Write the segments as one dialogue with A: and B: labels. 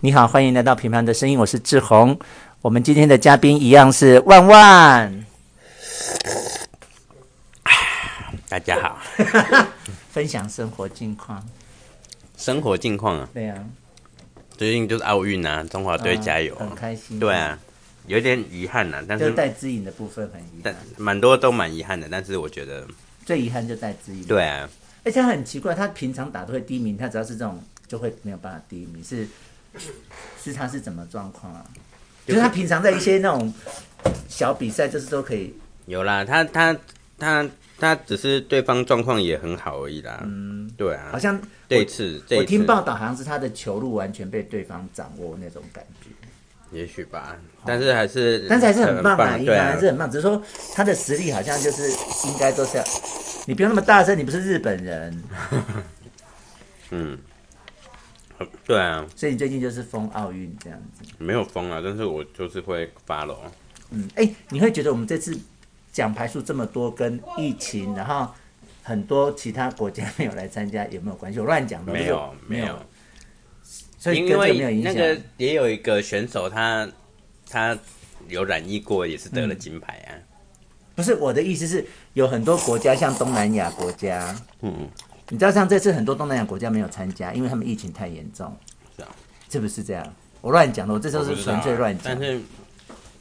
A: 你好，欢迎来到《平凡的声音》，我是志宏。我们今天的嘉宾一样是万万，
B: 大家好，
A: 分享生活近况。
B: 生活近况啊，
A: 对啊，
B: 最近就是奥运啊，中华队加油、
A: 嗯很开心。
B: 对，啊，有点遗憾呐、但
A: 就是戴资颖的部分很遗
B: 但
A: 憾，
B: 蛮多都蛮遗憾的，但是我觉得
A: 最遗憾就戴资颖。，
B: 对啊，
A: 而且他很奇怪，他平常打都会第一名，他只要是这种就会没有办法第一名，是是他是怎么状况啊？就是他平常在一些那种小比赛，就是都可以，
B: 有啦，他他他他只是对方状况也很好而已啦，嗯，对啊
A: 好，像
B: 这一次这
A: 我
B: 一
A: 听
B: 次
A: 报道好像是他的球路完全被对方掌握那种感觉，
B: 也许吧，但是还是
A: 哦但是还是很棒啊，依
B: 对
A: 然
B: 啊
A: 还，是很棒，只是说他的实力好像就是应该都是要，你不用那么大声，你不是日本人，
B: 嗯，对啊，
A: 所以你最近就是封奥运这样子，
B: 没有疯啊，但是我就是会发喽，
A: 嗯，哎、你会觉得我们这次奖牌数这么多，跟疫情，然后很多其他国家没有来参加有没有关系？我乱讲的，
B: 没
A: 如
B: 有
A: 果
B: 没
A: 没
B: 有，，
A: 所以
B: 因
A: 跟这个没有
B: 为
A: 影
B: 那
A: 响，
B: 个也有一个选手他，他有染疫过，也是得了金牌啊。
A: 不是我的意思是有很多国家像东南亚国家。
B: 嗯，
A: 你知道，像这次很多东南亚国家没有参加，因为他们疫情太严重，
B: 是啊，
A: 是不是这样？我乱讲的，我这
B: 我
A: 都
B: 不
A: 是
B: 知道啊
A: 纯粹乱讲
B: 但。是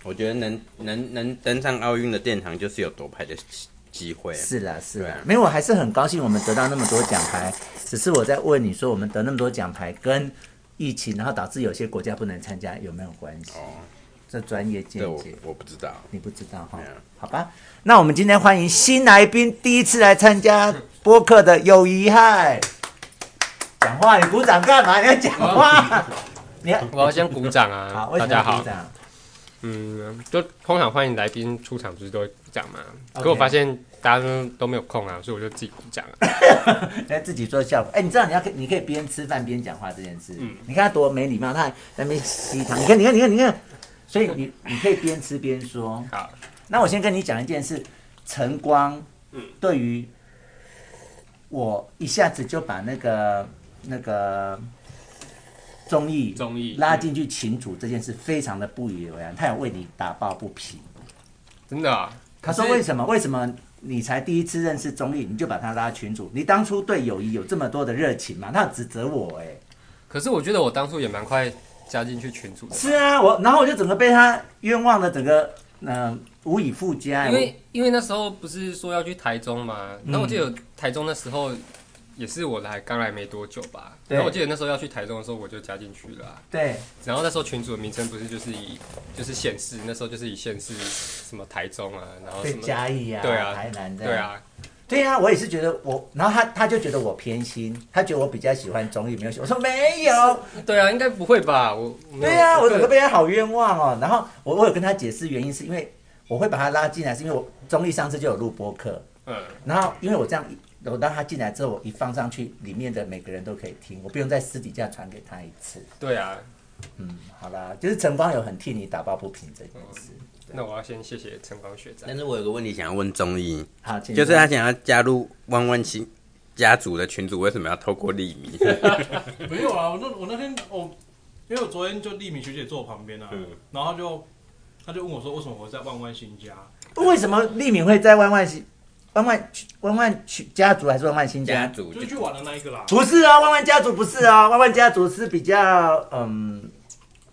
B: 我觉得能能能登上奥运的殿堂，就是有夺牌的机机会。
A: 是啦，是
B: 对
A: 啦
B: 啊，
A: 没有，我还是很高兴我们得到那么多奖牌。只是我在问你说，我们得那么多奖牌跟疫情，然后导致有些国家不能参加，有没有关系？
B: 哦，
A: 这专业见
B: 这我啊
A: 解。
B: 我不知道。
A: 你不知道哈
B: 没有？
A: 好吧，那我们今天欢迎新来宾，第一次来参加播客的友谊嗨。讲话，你鼓掌干嘛？你要讲话，
B: 哦
A: 你要
C: 我要先鼓掌 啊
A: 好，！为
C: 大
A: 什么
C: 家
A: 要鼓
C: 好，
A: 掌？
C: 嗯，就通常欢迎来宾出场不是都会鼓掌嘛？
A: OK
C: 可我发现大家都都没有空啊，所以我就自己鼓掌啊了。
A: 来自己做效果。哎、你知道你要可以你可以边吃饭边讲话这件事，
C: 嗯
A: 你看他多没礼貌，他还在那边吸糖，你看你看你看你看，所以你你可以边吃边说。
C: 好，
A: 那我先跟你讲一件事，晨光，
C: 嗯
A: 对于我一下子就把那个那个综艺
C: 综艺
A: 拉进去群组这件事非常的不以为然，他有为你打抱不平。
C: 真的啊、
A: 他说为什么？为什么你才第一次认识钟丽，你就把他拉群主？你当初对友谊有这么多的热情吗？他有指责我哎、
C: 可是我觉得我当初也蛮快加进去群组的，
A: 是啊，我然后我就整个被他冤枉的整个嗯、呃无以复加、哎
C: 因为因为那时候不是说要去台中嘛，那我记得台中那时候也是我来刚来没多久吧，
A: 对
C: 然后我记得那时候要去台中的时候我就加进去了啊、
A: 我对
C: 然后那时候群组的名称不是就是以就是县市，那时候就是以县市什么台中啊，然后
A: 被
C: 什么
A: 嘉义啊，
C: 对啊
A: 台南这样
C: 对啊，
A: 对啊，我也是觉得我，然后他他就觉得我偏心，他觉得我比较喜欢综艺，没有喜欢，我说没有，
C: 对啊，应该不会吧？我没有
A: 对呀、啊，我
C: 个
A: 整个被他好冤枉哦。然后我我有跟他解释原因，是因为我会把他拉进来，是因为我综艺上次就有录播客，
C: 嗯，
A: 然后因为我这样一，我让他进来之后，我一放上去，里面的每个人都可以听，我不用在私底下传给他一次。
C: 对啊，
A: 嗯，好啦，就是晨光有很替你打抱不平这件事。
C: 那我要先谢谢晨光学长
B: 但。是我有个问题想要问综艺，
A: 好，请
B: 就是
A: 说
B: 他想要加入万万新家族的群组，为什么要透过利 米？
D: 没有啊，我那我那天我，因为我昨天就丽敏学姐坐我旁边啊，
B: 嗯
D: 然后她就她就问我说为什么我在万万新家，
A: 为什么丽敏会在万万新、万万万万群家族还是万万新家？
B: 家族
D: 就是去玩的那一个啦。
A: 不是啊，万万家族不是啊，万万家族是比较嗯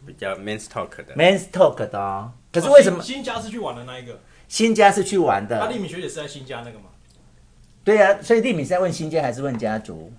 B: 比较 men's talk 的，
A: man's talk 的哦。可是为什么嗯
D: 哦新新家是去玩的那一个？
A: 新家是去玩
D: 那
A: 的
D: 丽？敏学姐是在哦新家那个嘛？
A: 对呀、啊，所以丽敏是在问新家还是问家族？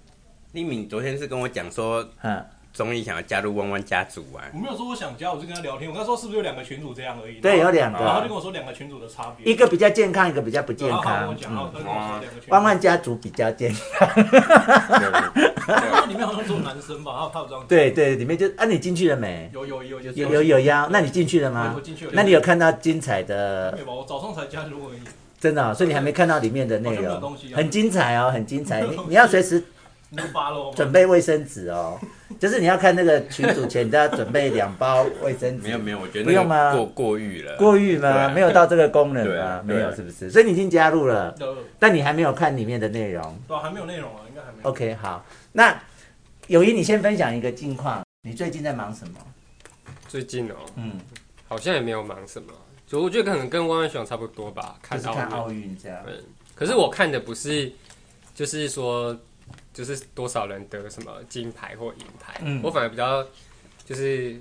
B: 利米昨天是跟我讲说，
A: 嗯，
B: 综艺想要加入万万家族啊
D: 我，没有说我想加，我就跟她聊天。我跟她说是不是有两个群主这样而已？
A: 对
D: 然后
A: 有两个
D: 然后她就跟我说两个群主的差别。
A: 一个比较健康，一个比较不健
D: 然后她跟
A: 康
D: 哦我。讲，然后
A: 嗯，
D: 她跟我说两个群组。
A: 万万家族比较健康。哦
D: 那里面好像只有男生吧？她她有这样。
A: 对，对，里面就啊，你进去了没？
D: 有有有有
A: 有有有呀，那你进去了吗
D: 我进去了？
A: 那你有看到精彩
D: 没
A: 的，
D: 有吧？我早上才加入而已。
A: 真的、哦，所以你还没看到里面的内
D: 好像没有
A: 容
D: 东西，啊
A: 很精彩哦，很精彩。
D: 没有
A: 你
D: 东西
A: 你要随时
D: 你就发了吗？
A: 准备卫生纸哦，就是你要看那个群主前，你都要准备两包卫生纸。
B: 没有没有，我觉得
A: 不用吗
B: 那个过过誉了，
A: 过誉吗？
B: 对啊
A: 没有到这个功能
B: 对
A: 吗
B: 啊？
A: 没
B: 对啊
A: 有，是不是？所以你已经加入了，
D: 有有
A: 但你还没有看里面的内容。哦
D: 对啊，还没有内容啊，应该还没有。
A: OK，好，那友谊，你先分享一个近况。你最近在忙什么？
C: 最近哦，
A: 嗯，
C: 好像也没有忙什么，就我觉得可能跟汪万雄差不多吧，
A: 就是看
C: 奥
A: 奥
C: 运。
A: 运这样。
C: 对，可是我看的不是，就是说，就是多少人得什么金牌或银牌，
A: 嗯
C: 我反而比较就是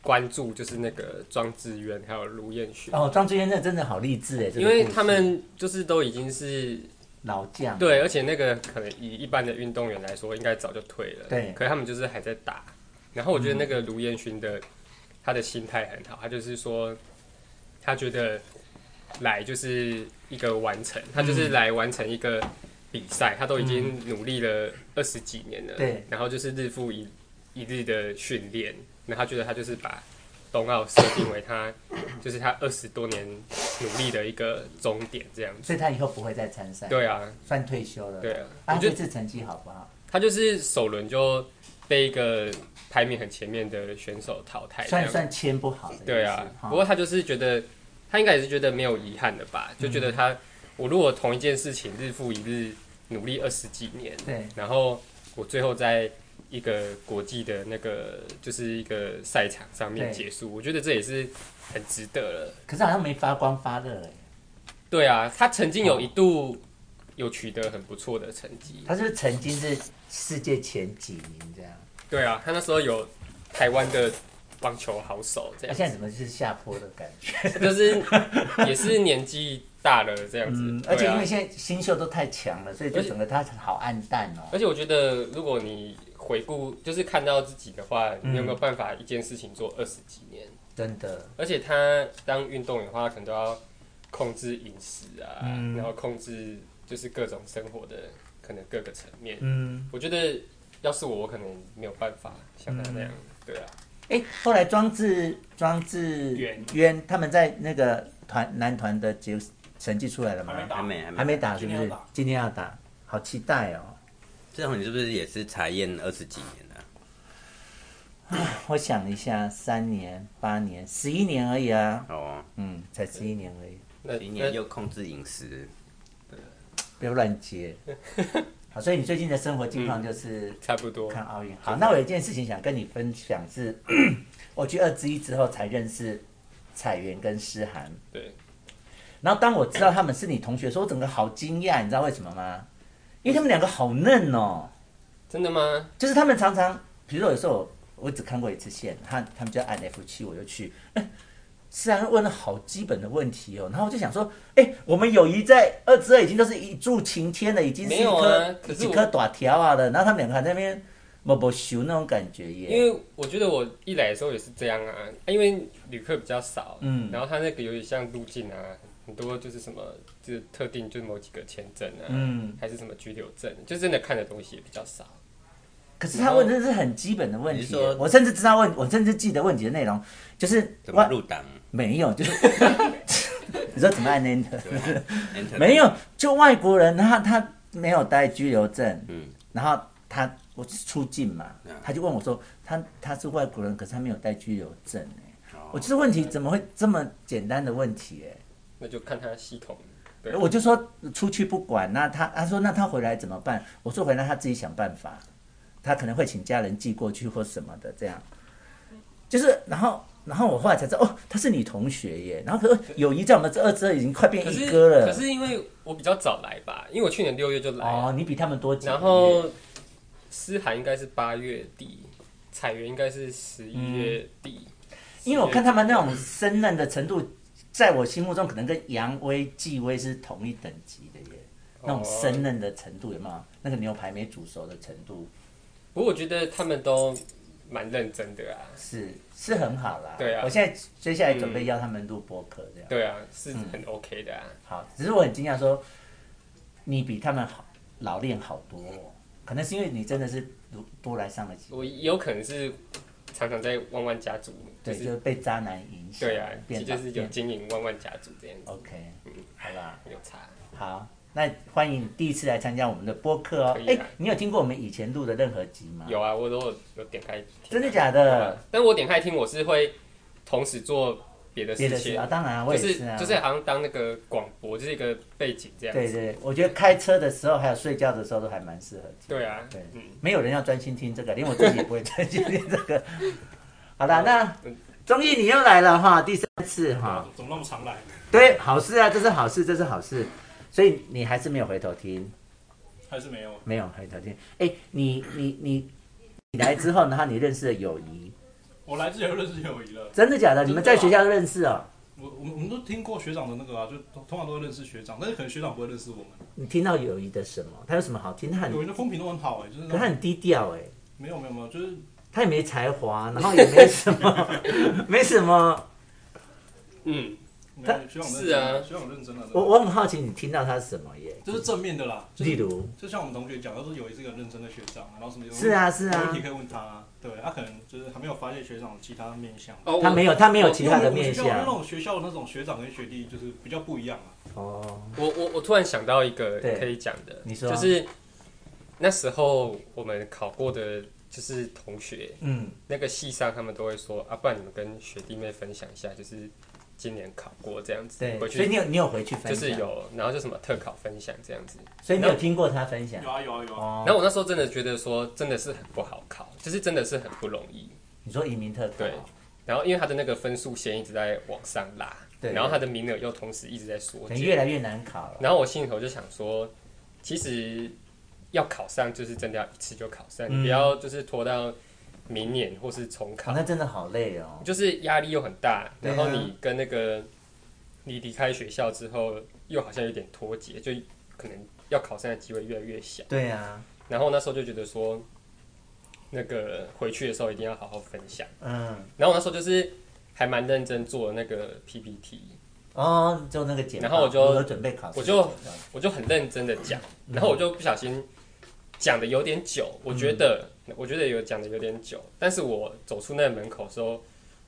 C: 关注就是那个庄智渊还有卢彦勋，
A: 哦，庄志渊那真的好励志哎，这个
C: 因为
A: 故事
C: 他们就是都已经是
A: 老将，
C: 对，而且那个可能以一般的运动员来说，应该早就退了，
A: 对嗯
C: 可是他们就是还在打。然后我觉得那个卢彦勋的、他的心态很好，他就是说他觉得来就是一个完成，他
A: 嗯
C: 就是来完成一个比赛，他都已经努力了二十几年了，
A: 对
C: 然后就是日复一一日的训练，然后他觉得他就是把冬奥设定为他就是他二十多年努力的一个终点这样子。
A: 所以他以后不会再参赛，
C: 对啊，
A: 算退休了。
C: 对啊，
A: 啊，
C: 我
A: 这
C: 觉得
A: 次成绩好不好？
C: 他就是首轮就被一个排名很前面的选手淘汰，这
A: 算
C: 样
A: 算签不好的意思，
C: 哎啊对啊。
A: 哈
C: 不过他就是觉得，他应该也是觉得没有遗憾的吧，就觉得他、我如果同一件事情日复一日努力二十几年，
A: 对
C: 然后我最后在一个国际的那个就是一个赛场上面
A: 对
C: 结束，我觉得这也是很值得了。
A: 可是好像没发光发热哎，
C: 对啊，他曾经有一度有取得很不错的成绩，
A: 他是不是曾经是世界前几名这样？
C: 对啊，他那时候有台湾的棒球好手这
A: 他
C: 样
A: 现在怎么是下坡的感觉？
C: 子，就是也是年纪大了这样子，
A: 嗯，
C: 对
A: 而且因
C: 啊
A: 为现在新秀都太强了，所以就整个他好暗淡哦。
C: 而且我觉得，如果你回顾，就是看到自己的话，你有没有办法一件事情做二十几年？
A: 真的，
C: 而且他当运动员的话，可能都要控制饮食啊，
A: 嗯
C: 然后控制就是各种生活的可能各个层面。
A: 嗯，
C: 我觉得要是我，我可能没有办法像他那样，对啊，
A: 哎，后来庄智庄智
C: 渊
A: 渊他们在那个团男团的结成绩出来了吗？
D: 还没打
B: 还没还没
A: 还没打是
D: 今
A: 不
D: 天
A: 是
D: 要打？
A: 今天要打，好期待哦！
B: 这种你是不是也是查验二十几年了、
A: 我想一下，三年、八年、十一年而已啊，
B: 哦，
A: 嗯，才十一年而已，
C: 那
B: 今年
C: 那
B: 又控制饮食，
A: 不要乱接。 好，所以你最近的生活近况就是
C: 差不
D: 嗯
C: 多。
A: 看奥运。好，那我有一件事情想跟你分享是， 我去二之一之后才认识彩媛跟诗涵，
C: 对，
A: 然后当我知道他们是你同学的时候，我整个好惊讶，你知道为什么吗？因为他们两个好嫩哦，
C: 真的吗？
A: 就是他们常常，比如说有时候我我只看过一次线，他他们就按 F 七，我就去。是啊，问了好基本的问题哦，然后我就想说，哎，我们友谊在二之二已经都是一柱擎天了，已经是一
C: 没有
A: 颗、
C: 啊可是
A: 一
C: 我
A: 颗短条啊的，然后他们两个还在那边默默修那种感觉耶。
C: 因为我觉得我一来的时候也是这样啊，啊因为旅客比较少，
A: 嗯
C: 然后他那个有点像入境啊，很多就是什么就是特定就某几个签证啊，
A: 嗯，
C: 还是什么居留证，就真的看的东西也比较少。
A: 可是他问的是很基本的问
B: 你是
A: 题
B: 说，
A: 我甚至知道问，我甚至记得问题的内容，就是
B: 怎么
A: 我
B: 入党？
A: 没有，就是你说怎么按 enter？
B: Enter
A: 没有，就外国人他他没有带居留证，
B: 嗯
A: 然后他我出境嘛
B: 嗯，
A: 他就问我说他他是外国人，可是他没有带居留证、欸
B: 哦
A: 我就是问题怎么会这么简单的问题、欸？
C: 那就看他系统。对
A: 我就说出去不管，那他他说那他回来怎么办？我说回来他自己想办法，他可能会请家人寄过去或什么的这样。就是然后然后我后来才知道哦，他是你同学耶。然后可是友谊在我们这二之二已经快变
C: 可
A: 一
C: 是
A: 哥了。
C: 可是因为我比较早来吧，因为我去年六月就来，
A: 哦，你比他们多几个月。
C: 然后思涵应该是八月底，彩云应该是十一
A: 嗯
C: 月底。
A: 因为我看他们那种生嫩的程度，在我心目中可能跟杨威、纪威是同一等级的耶。
C: 哦
A: 那种啊生嫩的程度有没有？那个牛排没煮熟的程度
C: 不过我觉得他们都蛮认真的啊。
A: 是是很好啦。
C: 对啊
A: 我现在接下来准备邀他们录播客这样。
C: 对啊，是
A: 嗯
C: 很 OK 的啊。
A: 好，只是我很惊讶说，你比他们好老练好多、哦，可能是因为你真的是多多来上了几，
C: 我有可能是常常在万万家族，就
A: 对，
C: 是
A: 就是被渣男影响，
C: 对啊，
A: 变老
C: 就是有嗯
A: 变哦
C: 经营万万家族这样子，
A: OK，好啦。
C: 有差。
A: 好，那欢迎第一次来参加我们的播客哦
C: 可。以
A: 哎、
C: 啊
A: 你有听过我们以前录的任何集吗？，
C: 有啊，我都有有点开听啊，
A: 真的假的？
C: 但我点开听，我是会同时做别的
A: 别
C: 事
A: 的事
C: 情
A: 啊，，当然啊，我
C: 就
A: 也
C: 是
A: 啊，
C: 就是好像当那个广播就是一个背景这样
A: 对
C: 子，
A: 对，我觉得开车的时候还有睡觉的时候都还蛮适合听。
C: 对啊，
A: 对
C: 嗯，
A: 没有人要专心听这个，连我自己也不会专心听这 个。好了，那综艺你又来了哈，第三次哈，
D: 啊怎么那么常来？
A: 对，好事啊，这是好事，这是好事。所以你还是没有回头听，
D: 还是没有？
A: 没有回头听。哎，你你你你来之后，然后你认识了友谊，
D: 我来之前就认识友谊了，
A: 真的假的？你们在学校认识哦？
D: 我我们我们都听过学长的那个啊，就通通常都会认识学长，但是可能学长不会认识我们。
A: 你听到友谊的什么？他有什么好听？他很，
D: 友谊的风评都很好哎、就是
A: 可
D: 那
A: 他
D: 种
A: 很低调哎、
D: 没有没有没有，就是
A: 他也没才华，然后也没什 么，没什么。
C: 嗯，
D: 没有学长认
C: 是
D: 真
C: 啊
D: 啊，学长认真了、啊。
A: 我我很好奇你听到他是什么耶？
D: 这是正面的啦，就
A: 例
D: 是
A: 如，
D: 就像我们同学讲，他说友谊是一个很认真的学长，然后什么有
A: 是啊是
D: 有
A: 啊
D: 问，题可以问他、对啊他可能就是还没有发现学长其他面相。
C: 哦，
A: 他
C: 我
A: 没有他没有
C: 我
A: 其他的面
D: 因为我们学校
A: 相
D: 那种学校那种学长跟学弟就是比较不一样啊。
A: 哦。
C: 我我我突然想到一个
A: 对
C: 可以讲的，
A: 你说啊
C: 就是那时候我们考过的，就是同学
A: 嗯，
C: 那个系上，他们都会说啊，不然你们跟学弟妹分享一下，就是今年考过这样子，
A: 对
C: 回，
A: 所以
C: 去
A: 你有你有回去分
C: 就
A: 享，
C: 是，有，然后就什么特考分享这样子。
A: 所以你有听过他分享
D: 有啊有啊有啊，
A: 哦
C: 然。后我那时候真的觉得说，真的是很不好考，就是真的是很不容易。
A: 你说移民特考，
C: 对然后因为他的那个分数线一直在往上拉，
A: 对
C: 然后他的名额又同时一直在缩
A: 可能
C: 减，
A: 越来越难考了。
C: 然后我心里头就想说，其实要考上就是真的要一次就考上，
A: 嗯
C: 你不要就是拖到明年或是重考，
A: 哦那真的好累哦。
C: 就是压力又很大，
A: 对啊
C: 然后你跟那个你离开学校之后又好像有点脱节，就可能要考上的机会越来越小。
A: 对啊，
C: 然后那时候就觉得说，那个回去的时候一定要好好分享。
A: 嗯，
C: 然后我那时候就是还蛮认真做那个 PPT，
A: 哦，就那个简报，
C: 然后我就
A: 如何准备考试
C: 我
A: 的简
C: 就
A: 报，
C: 我就很认真的讲，然后我就不小心讲的有点久，我觉得、我觉得有讲的有点久，但是我走出那个门口的时候，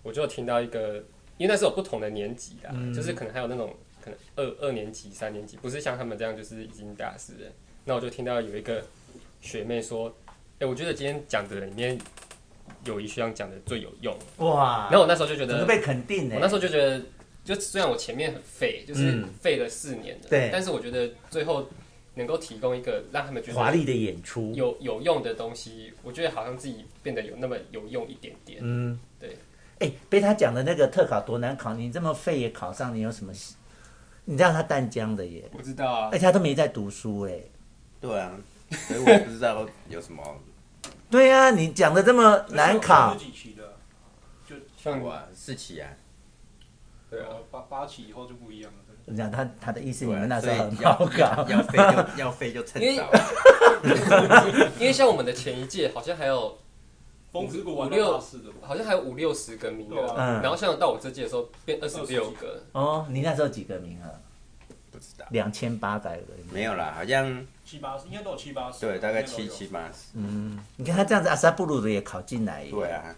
C: 我就听到一个，因为那时候有不同的年级啦，
A: 嗯
C: 就是可能还有那种可能二二年级、三年级，不是像他们这样就是已经大四了。那我就听到有一个学妹说：“哎、我觉得今天讲的里面友谊学长讲的最有用。”
A: 哇，
C: 然后我那时候就觉
A: 整个
C: 得，
A: 被肯定呢
C: 我那。时候就觉得，就虽然我前面很废，就是
A: 嗯
C: 废了四年了，
A: 对
C: 但是我觉得最后能够提供一个让他们觉
A: 华
C: 得
A: 丽的演出，
C: 有有用的东西，我觉得好像自己变得有那么有用一点点。
A: 嗯，
C: 对。
A: 哎，被他讲的那个特考多难考，你这么废也考上，你有什么？你知道他淡江的耶，
C: 不知道啊
A: 而，且他都没在读书哎。
B: 对啊，所以我不知道有什么
A: 对啊，你讲的这么难考
D: 有，几期的，
C: 像
B: 哇四期啊，
C: 对啊，
D: 哦八八期以后就不一样了。对
A: 你讲他他的意思，你
B: 对啊啊
A: 们那时候很
B: 所以要
A: 好搞。
B: 要飞就要飞就趁早啊，
C: 因为像我们的前一届好像还有
D: 风之谷玩
C: 五六
D: 到大四的吧，
C: 好像还有五六十个名
D: 对
C: 额，
D: 啊
A: 嗯
C: 然后像到我这届的时候变二十六个，
A: 哦，你那时候几个名额？
B: 不知道
A: 两千八百个。
B: 没有啦，好像
D: 七八十应该都有七八十，
B: 对大概
D: 应该都有
B: 七七。八十，
A: 嗯，你看他这样子，阿萨布鲁的也考进来耶。
B: 对啊，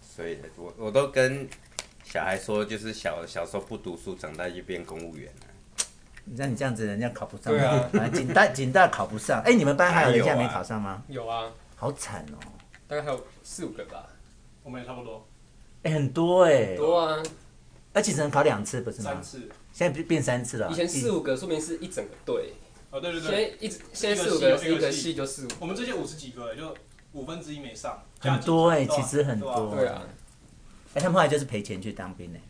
B: 所以我我都跟小孩说，就是小小时候不读书，长大就变公务员了。
A: 你像你这样子，人家考不上。
C: 对啊
A: 反正警大警大考不上。哎，你们班还有人现在没考上吗？
C: 有啊，
A: 好惨哦。
C: 大概还有四五个吧，
D: 我们也差不多
A: 哎，很多哎，
C: 多啊，
A: 而且只能考两次，不是吗
D: 三？次。
A: 现在不是变三次了。
C: 以前四
A: 一
C: 五个，说明是一整个队，
D: 哦，对对
C: 现
D: 对，
C: 在一直现在四五个是一
D: 一个
C: 个
D: 系
C: 系就四五个，
D: 我们这些五十几个，欸就五分之一没上，
A: 很多哎，
D: 哎，
A: 其实很
D: 对啊
A: 多。
C: 对啊。
A: 哎，他们后来就是赔钱去当兵哎，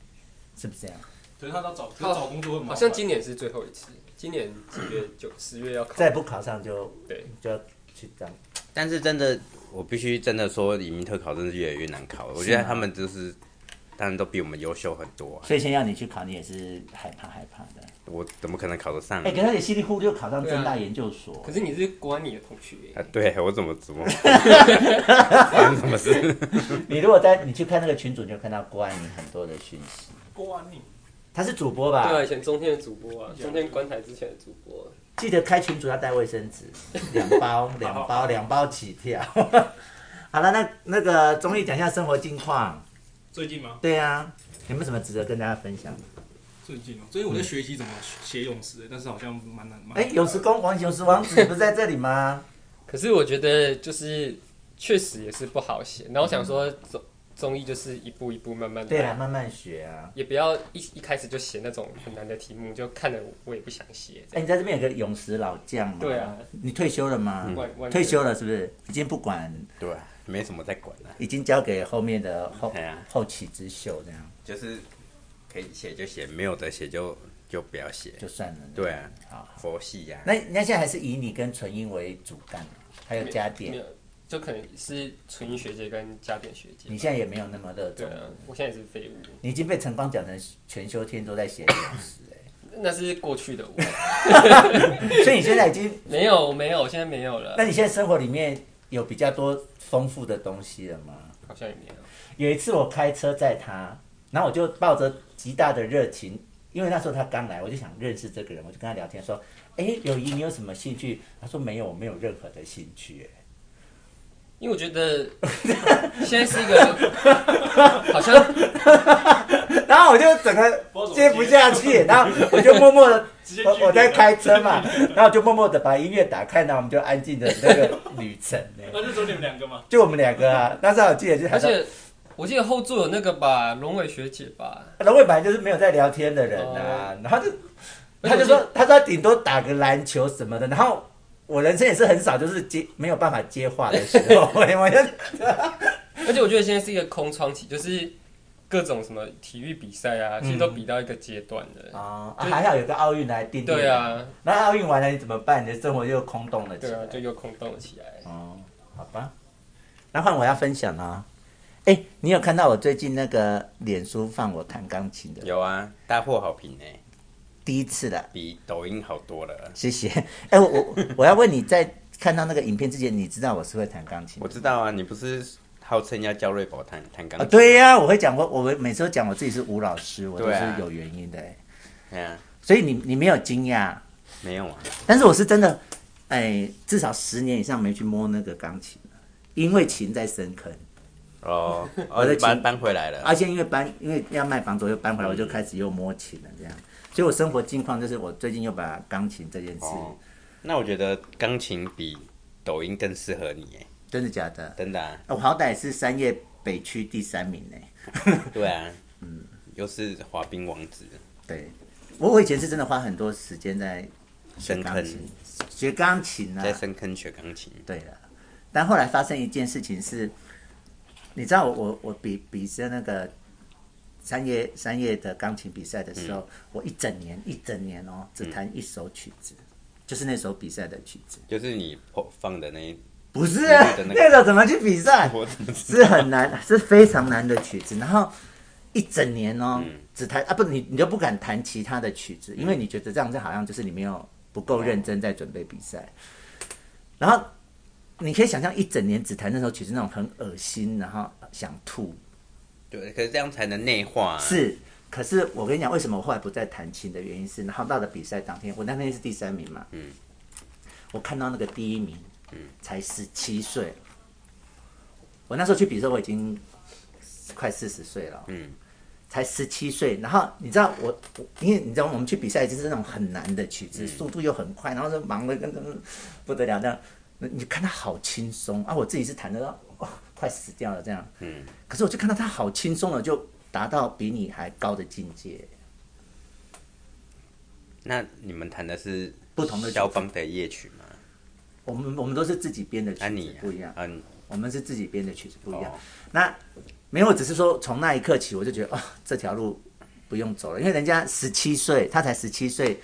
A: 是不是这样？
D: 可是他到找可是找工作很麻
C: 好
D: 烦
C: 像今年是最后一次，今年几月九十月要考，
A: 再不考上就
C: 对，
A: 就要去当。
B: 但是真的，我必须真的说，移民特考真的是越来越难考了。我觉得他们就是，当然都比我们优秀很多、啊。
A: 所以先要你去考，你也是害怕害怕的。
B: 我怎么可能考得上？
A: 哎，可是他也稀里糊涂就考上
C: 对啊
A: 正大研究所。
C: 可是你是国安你的同学耶，
B: 啊，对我怎么怎 么发生什么事？
A: 你如果在你去看那个群主，你就看到郭安宁很多的讯息。
D: 郭安宁，
A: 他是主播吧？
C: 对啊，以前中天的主播啊，中天关台之前的主播，
A: 记得开群主要带卫生纸，两 包、两包、两包起跳。 好了，那那个综艺讲一下生活近况。
D: 最近吗？
A: 对啊，有没有什么值得跟大家分享？
D: 最近哦，最近我在学习怎么写泳词，欸但是好像蛮难。蛮
A: 哎，有时公王有时王子不是在这里吗？
C: 可是我觉得就是确实也是不好写，然后我想说总综艺就是一步一步慢慢
A: 对啊，
C: 来，
A: 慢慢学啊。
C: 也不要一一开始就写那种很难的题目，就看了我也不想写这
A: 哎，
C: 样。
A: 你在这边有个泳池老将嘛？
C: 对啊，
A: 你退休了吗？
B: 嗯
C: 完完全
A: 退休了是不是？已经不管，
B: 对啊，没什么在管了、
A: 已经交给后面的后
B: 哎呀
A: 后起之秀，这样
B: 就是可以写就写，没有的写就就不要写。
A: 就算了。
B: 对啊，
A: 好，好。
B: 佛系啊呀、
A: 那那现在还是以你跟纯英为主干，还有哎加
C: 没
A: 点。
C: 有，就可能是纯英学姐跟加点学姐
A: 你。现在也没有那么热
C: 对
A: 衷，
C: 啊，我现在也是废物，
A: 你已经被晨光讲成全修天都在写泳池、
C: 那是过去的我，
A: 哎， 所以你现在已经，
C: 没有没有，现在没有了
A: 那，你现在生活里面有比较多丰富的东西了吗？
C: 好像也没有。
A: 有一次我开车载他，然后我就抱着极大的热情，因为那时候他刚来，我就想认识这个人，我就跟他聊天说：“哎，友谊，你有什么兴趣？”他说：“没有，我没有任何的兴趣。 哎
C: 因为我觉得现在是一个好像”
A: 然后我就整个接不下去， 然后我就默默的，
D: 直接拒绝
A: 我我在，开车嘛，然后我就默默的把音乐打开，然后我们就安静的那个旅程。哎
D: 那就走你们两个嘛。
A: 就我们两个啊，那时候我记得就是，
C: 而且我记得后座有那个吧，龙伟学姐吧，
A: 龙伟本来就是没有在聊天的人啊，然后就他就
C: 哦而且我
A: 说，他说他顶多打个篮球什么的，然后我人生也是很少就是接没有办法接话的时候， 我就
C: 而且我觉得现在是一个空窗期，就是各种什么体育比赛啊，其实都比到一个阶段了。
A: 啊嗯啊还好有个奥运来定定，
C: 哦对，啊，
A: 那奥运完了你怎么办？你的生活又空洞了起
C: 对
A: 来
C: 啊，，就又空洞了 起来。
A: 哦，好吧，那换我要分享啦、啊。哎、你有看到我最近那个脸书放我弹钢琴的
B: 有啊，大获好评哎、
A: 第一次了，
B: 比抖音好多了。
A: 谢谢。哎、我我我要问你在看到那个影片之前，你知道我是会弹钢琴的
B: 我知道啊，你不是号称要教瑞宝弹弹钢
A: 啊，
B: 琴？
A: 对呀、我会讲过，我每次都讲我自己是吴老师，我都
B: 对
A: 是
B: 啊
A: 有原因的、欸
B: 对啊，
A: 所以你你没有惊讶，
B: 没有啊，
A: 但是我是真的，哎、至少十年以上没去摸那个钢琴了，因为琴在深坑，
B: 哦，
A: 我
B: 哦，
A: 在
B: 你搬
A: 请
B: 搬回来了，
A: 而且因为搬，因为要卖房子，我又搬回来，我就开始又摸琴了，这样。所以我生活境况就是，我最近又把钢琴这件事，
B: 哦，那我觉得钢琴比抖音更适合你哎、
A: 真的假的？
B: 真的、啊，
A: 我好歹是三叶北区第三名呢、
B: 对啊， 嗯，又是滑冰王子，
A: 对，我我以前是真的花很多时间在学
B: 深
A: 钢
B: 坑
A: 琴，学钢琴啊，
B: 在深坑学钢琴，
A: 对了，但后来发生一件事情是，你知道我我我比比着那个三叶三叶的钢琴比赛的时候，
B: 嗯
A: 我一整年一整年哦，只弹一首曲子，就是那首比赛的曲子。
B: 就是你放的那一，
A: 不是啊
B: 你的，那个
A: 那首怎么去比赛？
B: 我怎么知
A: 是很难，是非常难的曲子。然后一整年哦，
B: 嗯
A: 只弹啊不，你你就不敢弹其他的曲子，因为你觉得这样子好像就是你没有不够认真在准备比赛。然后你可以想象一整年只弹那首曲子，那种很恶心，然后想吐。
B: 对，可是这样才能内化、啊，
A: 是，可是我跟你讲，为什么我后来不再弹琴的原因是，然后到了比赛当天，我那天是第三名嘛，
B: 嗯，
A: 我看到那个第一名，嗯，才十七岁，我那时候去比赛我已经快四十岁了，
B: 嗯，
A: 才十七岁，然后你知道我，我因为你知道我们去比赛就是那种很难的曲
B: 嗯
A: 子，速度又很快，然后就忙的跟不得了这样，那你看他好轻松啊，我自己是弹的到哦快死掉了这样，
B: 嗯，
A: 可是我就看到他好轻松了，就达到比你还高的境界。
B: 那你们弹的是
A: 不同的曲子
B: 肖邦的夜曲吗？
A: 我们我们都是自己编的曲
B: 啊
A: 子
B: 你啊
A: 不一样，
B: 啊你
A: 我们是自己编的曲子不一样
B: 哦。
A: 那没有，我只是说从那一刻起，我就觉得哦，这条路不用走了，因为人家十七岁，他才十七岁，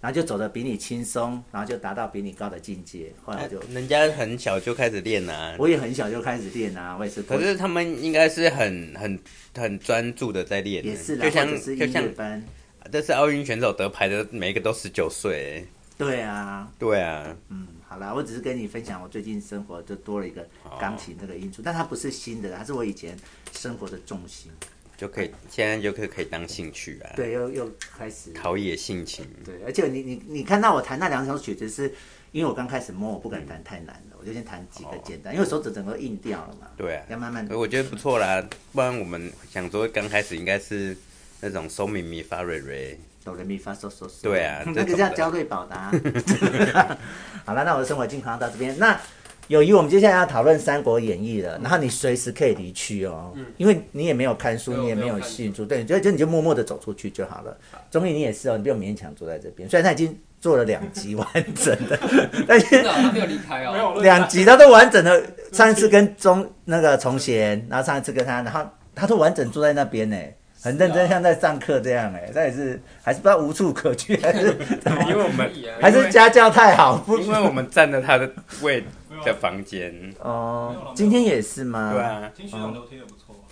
A: 然后就走的比你轻松，然后就达到比你高的境界。后来我就
B: 人家很小就开始练啊，
A: 我也很小就开始练啊，我也是。
B: 可是他们应该是很很很专注的在练，
A: 也是啦，
B: 就像
A: 或者是
B: 就
A: 音
B: 像
A: 乐班，
B: 这次奥运选手得牌的每一个都十九岁，
A: 对啊，
B: 对啊，
A: 嗯，好啦，我只是跟你分享我最近生活就多了一个
B: 哦
A: 钢琴这个因素，但它不是新的，它是我以前生活的重心。
B: 就可以现在就可以可以当兴趣啊，，
A: 对，又又开始
B: 陶冶性情，
A: 对，而且你你你看到我弹那两首曲子，是因为我刚开始摸，我不敢弹太难了，我就先弹几个简单，因为手指整个硬掉了嘛。
B: 对啊，
A: 要慢慢
B: 呃哦我觉得不错啦，不然我们想说刚开始应该是那种收咪咪发瑞瑞，
A: 哆来咪发嗦嗦嗦。
B: 对啊
A: 嗯
B: 这
A: 那个
B: 种
A: 叫
B: 的
A: 焦瑞宝达。好了，那我的生活健康到这边，那友谊，我们接下来要讨论《三国演义》了，然后你随时可以离去哦，因为你也没有看书，
C: 对
A: 你也
C: 嗯我没
A: 没
C: 有
A: 有
C: 看书
A: 信书，对，就就你就默默的走出去就好了。综艺你也是哦，你不用勉强坐在这边，虽然他已经做了两集完整的， 但
E: 真
A: 是
E: 的哦，他没有离开哦。
D: 没有，我
A: 两集他都完整的，上一次跟钟那个重贤，然后上一次跟他，然后他都完整坐在那边呢。很认真，
E: 是啊
A: 像在上课这样哎、那也是还是不知道无处可去，还是怎 么
C: 因为我们可以啊
A: 还是家教太好，不
B: 因为我们占了他的位
D: 没有
B: 的
D: 啊
B: 房间，
D: 没有啦没
A: 哦
D: 有，
A: 今天也是吗？
B: 对啊，
D: 听学长聊天也不错啊，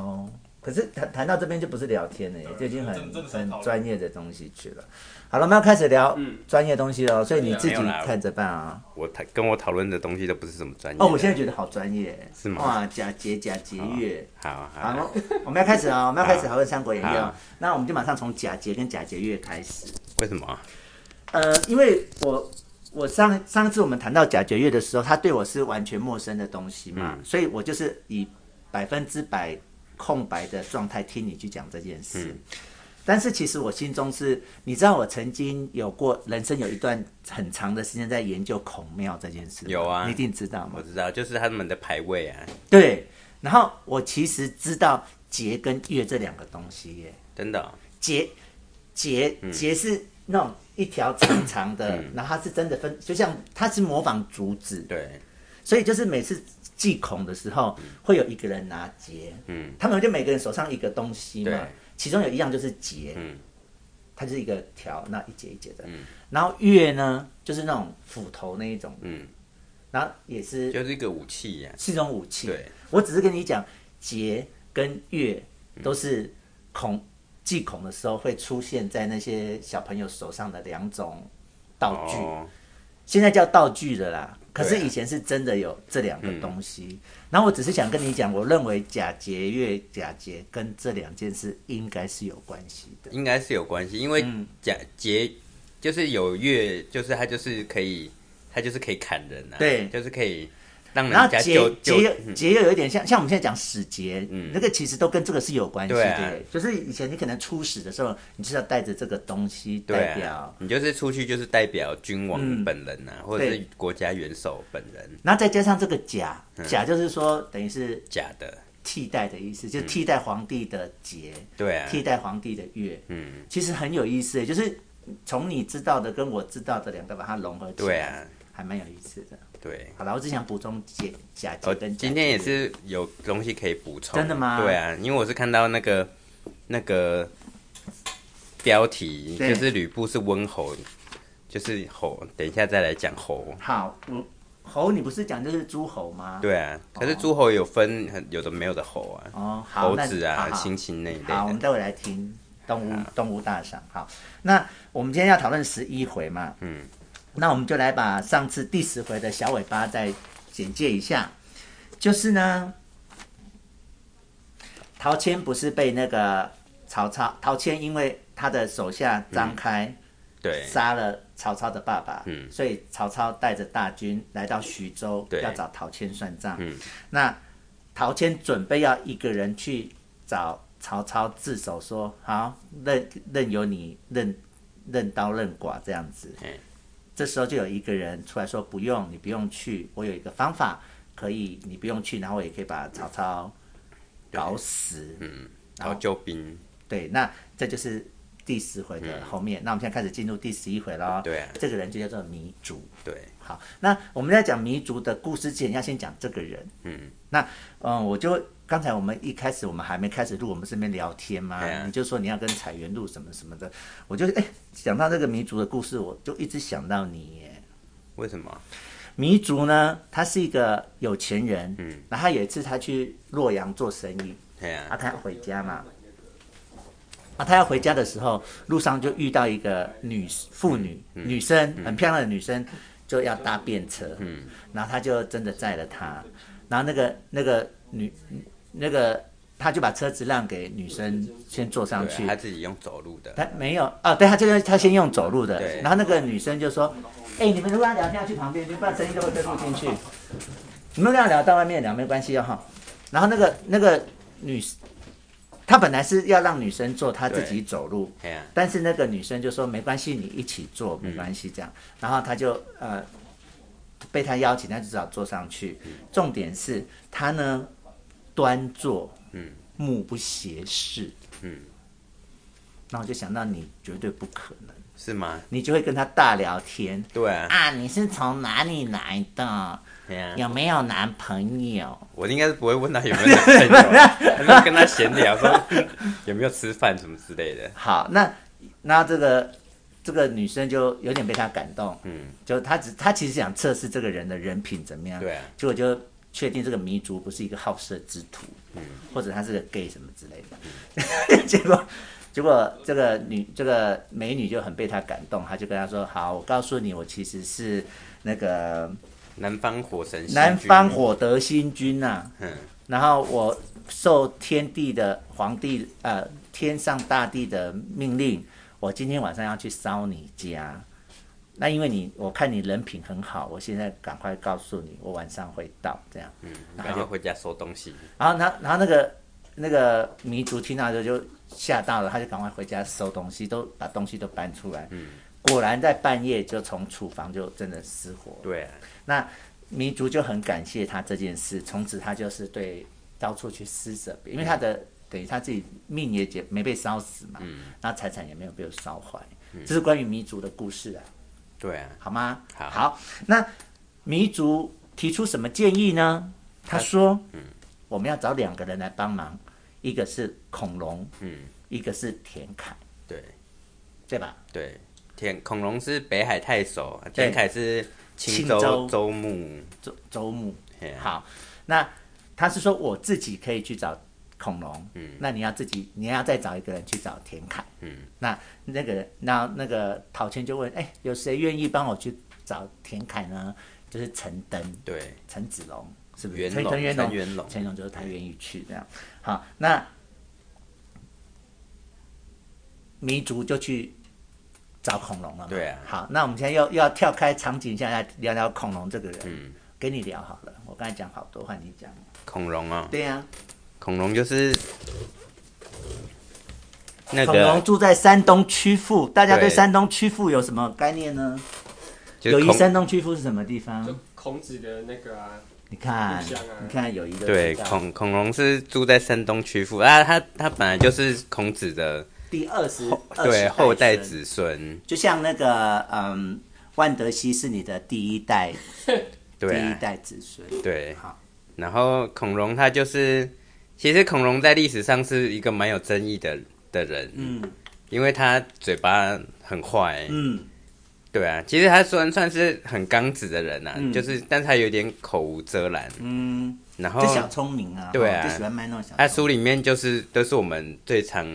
A: 哦，可是谈谈到这边就不是聊天了耶，
D: 对
A: 就已经很
D: 真真的是
A: 很
D: 讨论
A: 专业的东西去了。好了，我们要开始聊
E: 嗯
A: 专业东西了，所以你
E: 对啊
A: 自己
B: 没有啦
A: 看着办啊。
B: 我他跟我讨论的东西都不是什么专业的。
A: 哦，我现在觉得好专业，
B: 是吗
A: 哇，假节假节月。
B: 好好
A: 好，哦我们要开始了，我们要开始讨论《三国演义》
B: 好
A: 哦。那我们就马上从假节跟假节月开始。
B: 为什么？
A: 呃，因为我我上上次我们谈到贾爵月的时候，他对我是完全陌生的东西嘛，
B: 嗯
A: 所以我就是以百分之百空白的状态听你去讲这件事。
B: 嗯
A: 但是其实我心中是，你知道我曾经有过人生有一段很长的时间在研究孔庙这件事吗，
B: 有啊
A: 你一定知道吗
B: 我？知道，就是他们的排位啊，
A: 对，然后我其实知道节跟月这两个东西耶，
B: 真的哦、
A: 节节
B: 嗯
A: 节是那种一条长长的，然后它是真的分，就像它是模仿竹子，
B: 对，
A: 所以就是每次祭孔的时候，会有一个人拿节，
B: 嗯
A: 他们就每个人手上一个东西
B: 对
A: 嘛，其中有一样就是节，
B: 嗯
A: 它就是一个条，那一节一节的，
B: 嗯
A: 然后月呢就是那种斧头那一种，
B: 嗯，
A: 然后也是
B: 就是一个武器啊呀、
A: 是一种武器。
B: 对，
A: 我只是跟你讲，节跟月都是孔祭孔的时候会出现在那些小朋友手上的两种道具，
B: 哦，
A: 现在叫道具的啦。可是
B: 对啊嗯
A: 以前是真的有这两个东西。然后我只是想跟你讲，我认为假节月假节跟这两件事应该是有关系的。
B: 应该是有关系，因为
A: 嗯
B: 假节就是有月，就是他就是可以，他就是可以砍人啊，
A: 对
B: 就是可以让
A: 然后
B: 人家嗯
A: 节
B: 就
A: 节
B: 就
A: 又节又有一点像，像我们现在讲使节，
B: 嗯
A: 那个其实都跟这个是有关系的
B: 对啊
A: 耶。就是以前你可能出使的时候，你就是要带着这个东西代
B: 对
A: 表，
B: 啊，你就是出去就是代表君王
A: 嗯
B: 本人啊，或者
A: 对
B: 是国家元首本人，
A: 然后再加上这个甲，
B: 嗯
A: 甲就是说等于是
B: 假的，
A: 替代的意
B: 嗯
A: 思，就替代皇帝的节，
B: 对啊，
A: 替代皇帝的月，
B: 嗯，
A: 其实很有意思，就是从你知道的跟我知道的两个把它融合起来，
B: 对啊，
A: 还蛮有意思的。
B: 对。
A: 好了，我只想补充节甲节
B: 哦，
A: 跟甲
B: 今天也
A: 节
B: 是有东西可以补充，
A: 真的吗
B: 对啊，因为我是看到那个那个标题，
A: 对
B: 就是吕布是温侯，就是侯，等一下再来讲侯。
A: 好，我侯你不是讲就是诸侯吗？
B: 对啊，可是诸侯有分很有的没有的侯啊，
A: 哦，好，
B: 猴
A: 那
B: 子
A: 好
B: 啊、
A: 好
B: 亲亲那一类
A: 好，我们
B: 的。
A: 待会来听东吴东吴大赏。好，那我们今天要讨论十一回嘛，
B: 嗯，
A: 那我们就来把上次第十回的小尾巴再简介一下，就是呢，陶谦不是被那个曹操，陶谦因为他的手下张开、
B: 嗯对
A: 杀了曹操的爸爸，
B: 嗯
A: 所以曹操带着大军来到徐州，
B: 对
A: 要找陶谦算账。
B: 嗯
A: 那陶谦准备要一个人去找曹操自首说，好任任由你任任刀任剐这样子。
B: 哎
A: 这时候就有一个人出来说，不用，你不用去，我有一个方法可以，你不用去，然后我也可以把曹操搞死。
B: 嗯，
A: 然
B: 然
A: 后
B: 后救兵，
A: 对，那这就是第十回的后面。那我们现在开始进入第十一回喽。
B: 对啊
A: 这个人就叫做糜竺。
B: 对，
A: 好，那我们在讲糜竺的故事之前，要先讲这个人。
B: 嗯，
A: 那嗯，我就刚才我们一开始我们还没开始录，我们这边聊天嘛，
B: 对啊
A: 你就说你要跟彩云录什么什么的，我就哎想到这个糜竺的故事，我就一直想到你耶。
B: 为什么？
A: 糜竺呢，他是一个有钱人，嗯，然后他有一次他去洛阳做生意，
B: 对
A: 啊，
B: 啊，
A: 他要回家嘛。啊，他要回家的时候，路上就遇到一个女妇女、女生，很漂亮的女生，就要搭便车。嗯，然后他就真的载了她，然后那个那个女那个他就把车子让给女生先坐上
B: 对啊
A: 去，
B: 他自己用走路的，
A: 他没有啊，对他就是他先用走路的
B: 对，
A: 然后那个女生就说：“哎、你们如果要聊天，要去旁边，你们不然声音都会被录进去。你们要聊到外面聊没关系哦哈。”然后那个那个女，她本来是要让女生坐，她自己走路，
B: 对啊，
A: 但是那
B: 嗯
A: 个女生就说：“没关系，你一起坐，没关系。”这样，然后她就呃被他邀请，他就只好坐上去。
B: 嗯
A: 重点是他呢端坐，
B: 嗯，
A: 目不斜视，
B: 嗯，
A: 那我就想到你绝对不可能，
B: 是吗？
A: 你就会跟他大聊天
B: 对啊，
A: 啊，你是从哪里来的？
B: 对啊，
A: 有没有男朋友？
B: 我应该是不会问他有没有男朋友啊， 还是跟他闲聊说 有没有吃饭什么之类的。
A: 好，那那这个这个女生就有点被他感动，
B: 嗯，
A: 就她只她其实想测试这个人的人品怎么样，
B: 对啊，
A: 结果就确定这个迷族不是一个好色之徒，
B: 嗯
A: 或者他是个 gay 什么之类的， 结果。结果这个女这个美女就很被他感动，她就跟他说：“好，我告诉你，我其实是那个
B: 南方火神，
A: 南方，火德星君呐、
B: 嗯，
A: 然后我受天地的皇帝呃天上大地的命令，我今天晚上要去烧你家。那因为你，我看你人品很好，我现在赶快告诉你，我晚上会到这样。
B: 嗯，赶快回家收东西。
A: 然后，然后，然后那个那个迷族听到之后就吓到了，他就赶快回家收东西，都把东西都搬出来。
B: 嗯，
A: 果然在半夜就从厨房就真的失火了。
B: 对啊，
A: 那民族就很感谢他这件事，从此他就是对到处去施舍，因为他的、等于他自己命也解没被烧死嘛，
B: 嗯，
A: 然后财产也没有被烧坏，这是关于民族的故事啊，
B: 对啊，
A: 好吗？
B: 好
A: 那民族提出什么建议呢？他说，
B: 嗯
A: 我们要找两个人来帮忙，一个是恐龙，
B: 嗯，
A: 一个是田凯，
B: 对
A: 对吧？
B: 对，天恐龙是北海太守，天凯是青
A: 青
B: 州
A: 州
B: 州牧。
A: 周周牧，
B: 嘿啊
A: 好，那他是说我自己可以去找恐龙，嗯，那你要自己，你要再找一个人去找田凯，
B: 嗯，
A: 那那个人，那那个陶谦就问，哎、有谁愿意帮我去找田凯呢？就是陈登、
B: 对，
A: 陈子龙，是不是？
B: 元
A: 陈
B: 龙
A: 陈元
B: 陈
A: 龙，
B: 元龙
A: 陈元龙就是他愿意去这样。好，那迷族就去找恐龙了嘛？
B: 对啊
A: 好，那我们现在又又要跳开场景一下来聊聊恐龙这个人。
B: 嗯，
A: 跟你聊好了，我刚才讲好多，换你讲。
B: 恐龙哦，
A: 对啊呀、
B: 恐龙就是那
A: 恐龙
B: 个，
A: 住在山东曲阜，大家对
B: 对
A: 山东曲阜有什么概念呢？
B: 就是
A: 友谊
B: 恐
A: 山东曲阜是什么地
C: 就
A: 方？
C: 孔子的那个啊，
A: 你看
C: 故乡啊，
A: 你看友谊的
B: 对，恐恐龙是住在山东曲阜啊，他他本来就是孔子的
A: 第二十
B: 对后代，
A: 20孙
B: 子孙，
A: 就像那个嗯，万德西是你的第一代，
B: 对
A: 第一
B: 啊，
A: 代子孙。
B: 对
A: 好。
B: 然后恐龙它就是，其实恐龙在历史上是一个蛮有争议的的人，
A: 嗯
B: 因为它嘴巴很坏、
A: 嗯，
B: 对啊，其实它虽然算是很刚直的人啊，
A: 嗯
B: 就是，但是他有点口无遮拦，
A: 嗯，
B: 然后
A: 就小聪明啊，
B: 哦对啊
A: 哦就喜欢卖那种小聪明。
B: 他书里面就是都是我们最常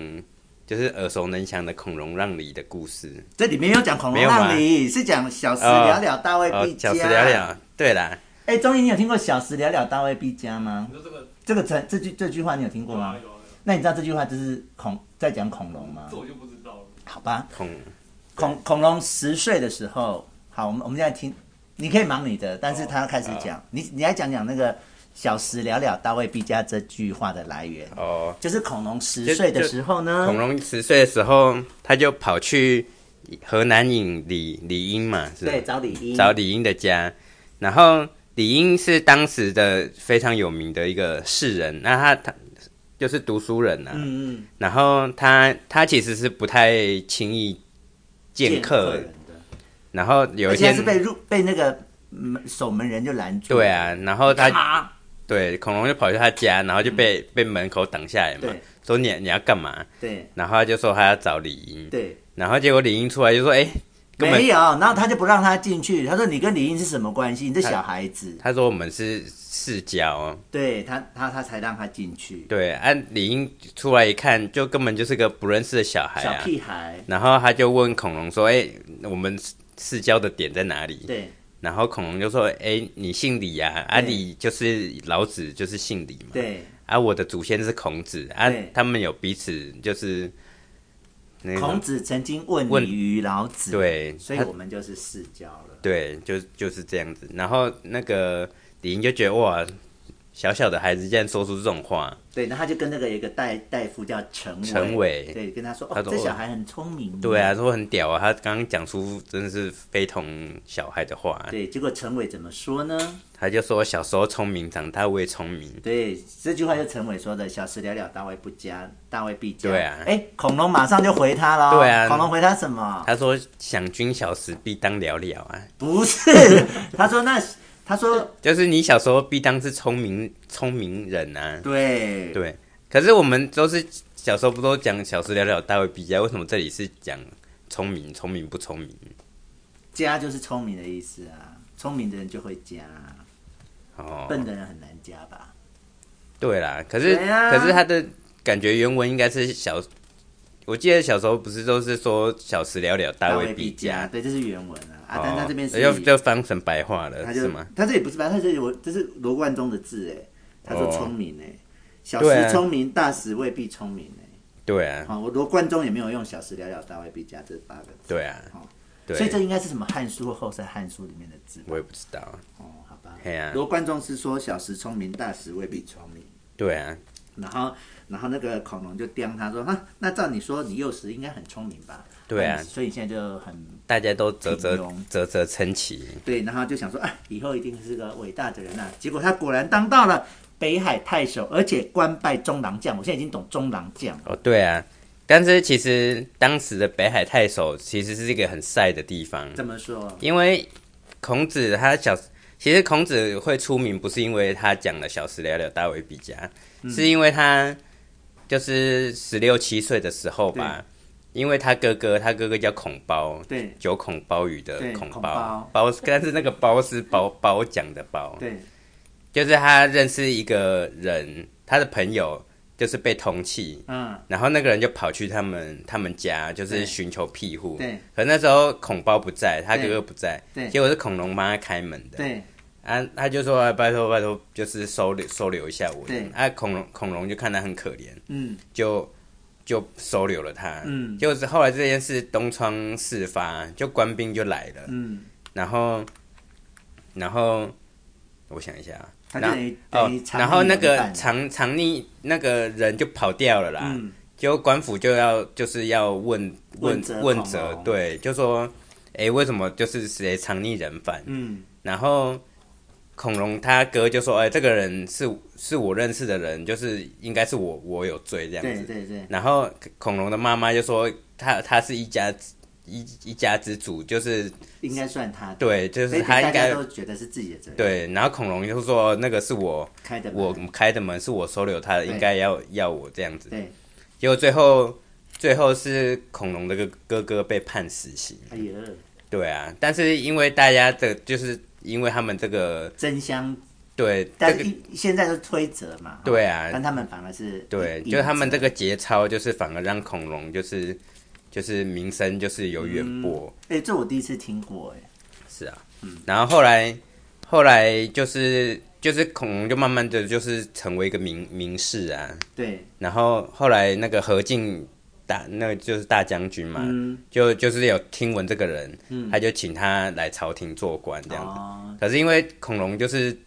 B: 就是耳熟能详的孔融让梨的故事。
A: 这里面有讲恐
B: 没
A: 龙
B: 有吗
A: 让梨，是讲小时
B: 哦
A: 了了，大卫
B: 哦
A: 毕，加。
B: 小时了了，对啦，
A: 哎，钟怡，你有听过“小时了了，大未必佳”吗
D: 你？说这个
A: 这个成这句这句话你有听过
D: 有啊
A: 吗？
D: 有啊
A: 那你知道这句话就是恐在讲恐龙吗
D: 这？我就不知道了。
A: 好吧，
B: 孔
A: 恐恐龙十岁的时候，好，我们我们现在听，你可以忙你的，但是他开始讲，
D: 哦
A: 你你来讲讲那个“小时了了，大未必佳”这句话的来源，
B: 哦，
A: 就是恐龙十
B: 就
A: 岁的
B: 就
A: 时候
B: 孔
A: 呢，
B: 融十岁的时候，他就跑去河南尹李李英嘛，是吧
A: 对，找李英，
B: 找李英的家，然后李英是当时的非常有名的一个士人，那他他就是读书人呐、啊，
A: 嗯嗯，
B: 然后他他其实是不太轻易见客，
A: 人的，
B: 然后有
A: 而
B: 一
A: 且
B: 天
A: 他是被入被那个门守门人就拦住，
B: 对，啊，然后他
A: 干嘛？
B: 对，恐龙就跑去他家，然后就被、被门口挡下来嘛
A: 嗯对，
B: 说你你要干嘛？
A: 对
B: 然后他就说他要找李英，
A: 对。
B: 然后结果李英出来就说，哎、根本
A: 没有，然后他就不让他进去。他说：“你跟李英是什么关系？你这小孩子。
B: 他说我们是世交哦，
A: 对”他，他他才让他进去。
B: 对，按、李英出来一看，就根本就是个不认识的小孩
A: 小
B: 啊。
A: 屁孩，
B: 然后他就问恐龙说，哎、我们世交的点在哪里？
A: 对
B: 然后恐龙就说，哎、你姓李呀、啊，
A: 对
B: 李就是老子，就是姓李嘛。
A: 对，
B: 啊，我的祖先是孔子啊
A: 对，
B: 他们有彼此就是那种
A: 孔子曾经问
B: 嗯问
A: 礼于老子，，
B: 对，
A: 所以
B: 他
A: 我们就是世交了。
B: 对，就就是这样子。然后那个李英就觉得哇，小小的孩子竟然说出这种话，
A: 对，然后他就跟那个有一个大大夫叫陈伟，
B: 陈伟
A: 对，跟他说，
B: 他
A: 哦，
B: 说
A: 这小孩很聪明，哦
B: 对啊，，说很屌啊，他刚刚讲出真的是非同小孩的话，
A: 对，结果陈伟怎么说呢？
B: 他就说小时候聪明，长大会聪明，
A: 对，这句话就陈伟说的，小时了了，大未不加，大未必加。
B: 对啊
A: 哎，恐龙马上就回他了哦。
B: 对啊
A: 恐龙回他什 么？
B: 他说想君小时必当了了啊，
A: 不是，他说那他说
B: 就是你小时候必当是聪明聪明人啊，
A: 对
B: 对，可是我们都是小时候不都讲小时了了，大未必加，为什么这里是讲聪明聪明不聪明？
A: 加就是聪明的意思啊，聪明的人就会加，
B: 哦，
A: 笨的人很难加吧？
B: 对啦，可是、
A: 对啊
B: 可是他的感觉原文应该是小，我记得小时候不是都是说小时了了，大未必
A: 加，
B: 加。
A: 对，这是原文啊。啊，
B: 哦
A: 但他这边是
B: 就就翻成白话
A: 他
B: 了，
A: 就是
B: 吗？
A: 他这里不是吧？他这里我这是罗贯中的字哎，他说
B: 哦
A: 聪明哎，小
B: 对啊
A: 时聪明，大时未必聪明哎。
B: 对啊，
A: 好，我罗贯中也没有用“小时了了，大未必加”这八个字。
B: 对啊
A: 好，
B: 对，
A: 哦所以这应该是什么《汉书》或《后世汉书》里面的字吧
B: 我也不知道。啊
A: 哦，好吧。
B: 嘿啊
A: 罗贯中是说“小时聪明，大时未必聪明
B: 对啊，”，
A: 然后，然后那个恐龙就刁他说：“哈，那照你说，你幼时应该很聪明吧？”
B: 对啊
A: 那你所以你现在就很
B: 大家都啧
A: 平
B: 啧
A: 庸
B: 啧啧称奇。
A: 对，然后就想说：“啊，以后一定是个伟大的人啊！”结果他果然当到了北海太守，而且官拜中郎将。我现在已经懂中郎将了。
B: 哦，对啊，但是其实当时的北海太守其实是一个很晒的地方，
A: 这么说，
B: 因为孔子他小，其实孔子会出名不是因为他讲了“小时了了，大为必加”，
A: 嗯
B: 是因为他就是十六七岁的时候吧，因为他哥哥，他哥哥叫孔包，
A: 对
B: 九孔包鱼的
A: 对
B: 孔
A: 孔
B: 包
A: 包，
B: 包，但是那个包是包包奖的包，
A: 对，
B: 就是他认识一个人，他的朋友就是被通气，
A: 嗯，
B: 然后那个人就跑去他们他们家，就是
A: 对
B: 寻求庇护。
A: 对。
B: 可那时候孔包不在，他哥
A: 对
B: 哥不在，
A: 对
B: 结果是恐龙帮他开门的。。
A: 对，
B: 啊，他就说：“啊、拜托拜托，就是收留收留一下我。”
A: 对
B: 啊，恐龙恐龙就看他很可怜，
A: 嗯，
B: 就就收留了他。
A: 嗯
B: 就是后来这件事东窗事发，就官兵就来了，
A: 嗯，
B: 然后然后我想一下啊，
A: 他就
B: 然
A: 等于
B: 哦
A: 等于，藏
B: 然后
A: 匿了
B: 那
A: 一半
B: 个
A: 了
B: 藏藏匿那个人就跑掉了啦。
A: 嗯，
B: 结果官府就要就是要问问
A: 问责
B: 问
A: 恐
B: 责
A: 龙，
B: 对，就说，哎、为什么就是谁藏匿人犯？
A: 嗯，
B: 然后恐龙他哥就说，哎、这个人是是我认识的人，就是应该是我我有罪这样
A: 对
B: 子。
A: 对对，
B: 然后恐龙的妈妈就说，他他是一家之一一家之主，就是
A: 应该算他的，
B: 对，就
A: 所以
B: 是他应
A: 大家
B: 该
A: 都觉得是自己的责任，，
B: 对。然后恐龙就说，那个是我
A: 开的吧
B: 我开的门，是我收留他的，
A: 对
B: 应该要要我这样子。
A: 对，
B: 结果最后最后是恐龙的哥哥哥被判死刑。
A: 哎呦，
B: 对啊，但是因为大家的，就是因为他们这个
A: 真香，
B: 对这
A: 但
B: 个
A: 是现在都推责嘛，哈
B: 对啊
A: 但他们反而是
B: 对，
A: 引
B: 就是他们这
A: 责
B: 个节操，就是反而让恐龙就是就是名声就是有远播。
A: 哎，这我第一次听过，哎，
B: 是啊，
A: 嗯
B: 然后后来后来就是就是恐龙就慢慢的就是成为一个名名士啊，
A: 对，
B: 然后后来那个何进大，那个就是大将军嘛，
A: 嗯
B: 就就是有听闻这个人，他就请他来朝廷做官这样子。
A: 哦，
B: 可是因为恐龙就是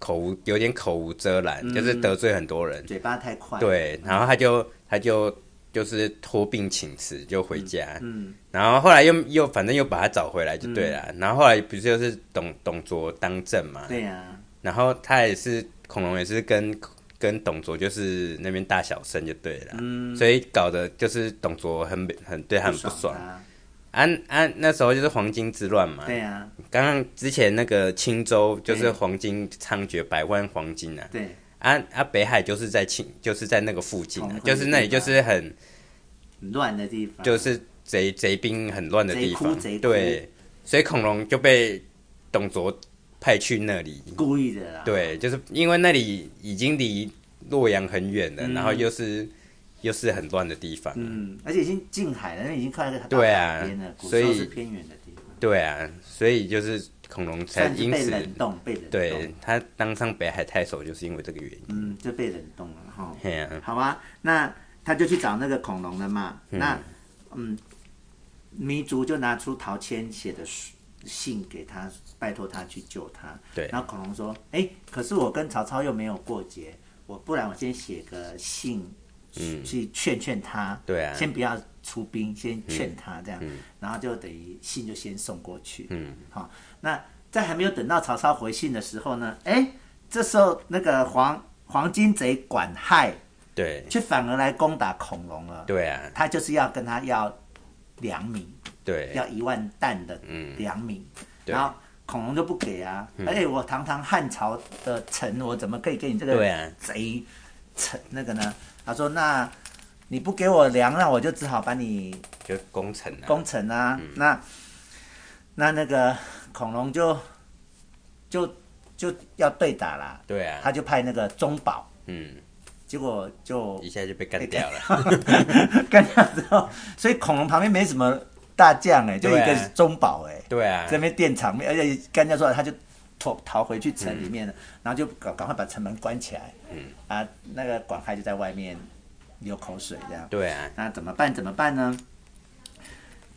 B: 口无有点口无遮拦，
A: 嗯
B: 就是得罪很多人，
A: 嘴巴太快，
B: 对，然后他就他就就是托病请辞就回家，
A: 嗯，
B: 然后后来又又反正又把他找回来就对了。然后后来不是就是董董卓当政嘛，
A: 对啊呀，
B: 然后他也是恐龙，也是跟跟董卓就是那边大小声就对了啦，
A: 嗯
B: 所以搞得就是董卓很很对他很不爽。
A: 啊，
B: 安安、那时候就是黄巾之乱嘛，
A: 对啊呀，
B: 刚刚之前那个青州就是
A: 对
B: 黄金猖獗，百万黄金啊，
A: 对，
B: 啊啊北海就是在青就是在那个附近啊
A: 同，
B: 就是那里就是很
A: 很乱的地方，
B: 就是贼贼兵很乱的地方
A: 贼窟贼，窟
B: 对，所以恐龙就被董卓派去那里，
A: 故意的啦，，
B: 对，就是因为那里已经离洛阳很远了，然后又是又是很乱的地方，
A: 嗯，而且已经近海了，那已经快到
B: 对啊
A: 海边了，古
B: 所以
A: 时候是偏远的地方，
B: 对啊，所以就是恐龙才
A: 算是
B: 因
A: 被
B: 此
A: 冷冻，被冷冻，
B: 对他当上北海太守就是因为这个原因，
A: 嗯，就被冷冻了哈。
B: 嘿啊，
A: 好啊，那他就去找那个恐嗯龙了嘛。那嗯，糜竺就拿出陶谦写的书信给他，拜托他去救他。
B: 对
A: 然后恐龙说：“哎，可是我跟曹操又没有过节，我不然我先写个信，
B: 嗯
A: 去劝劝他。
B: 对啊嗯
A: 先不要出兵，先劝他这样。然后就等于信就先送过去。嗯，好、那在还没有等到曹操回信的时候呢，哎，这时候那个黄黄金贼管亥
B: 对
A: 却反而来攻打恐龙了。
B: 对啊，
A: 他就是要跟他要粮米，
B: 对嗯
A: 要一万担的粮米，
B: 对嗯
A: 然后孔融就不给啊，而且我堂堂汉朝的臣，我怎么可以给你这
B: 对
A: 个
B: 啊，
A: 贼臣那个呢？他说那。你不给我粮，那我就只好把你
B: 就攻城啊，
A: 攻城啊。那那那个孔融就就就要对打啦，
B: 对啊
A: 他，就派那个钟宝，
B: 嗯，
A: 结果就
B: 一下就被干掉了，
A: 干掉之后，所以恐龙旁边没什么大将哎、就一
B: 对啊
A: 个是中宝哎、
B: 对啊，
A: 这边垫场面，而且干掉之后他就逃逃回去城里面了，然后就赶赶快把城门关起来，嗯啊，那个广开就在外面流口水这样，
B: 对啊，
A: 那怎么办？怎么办呢？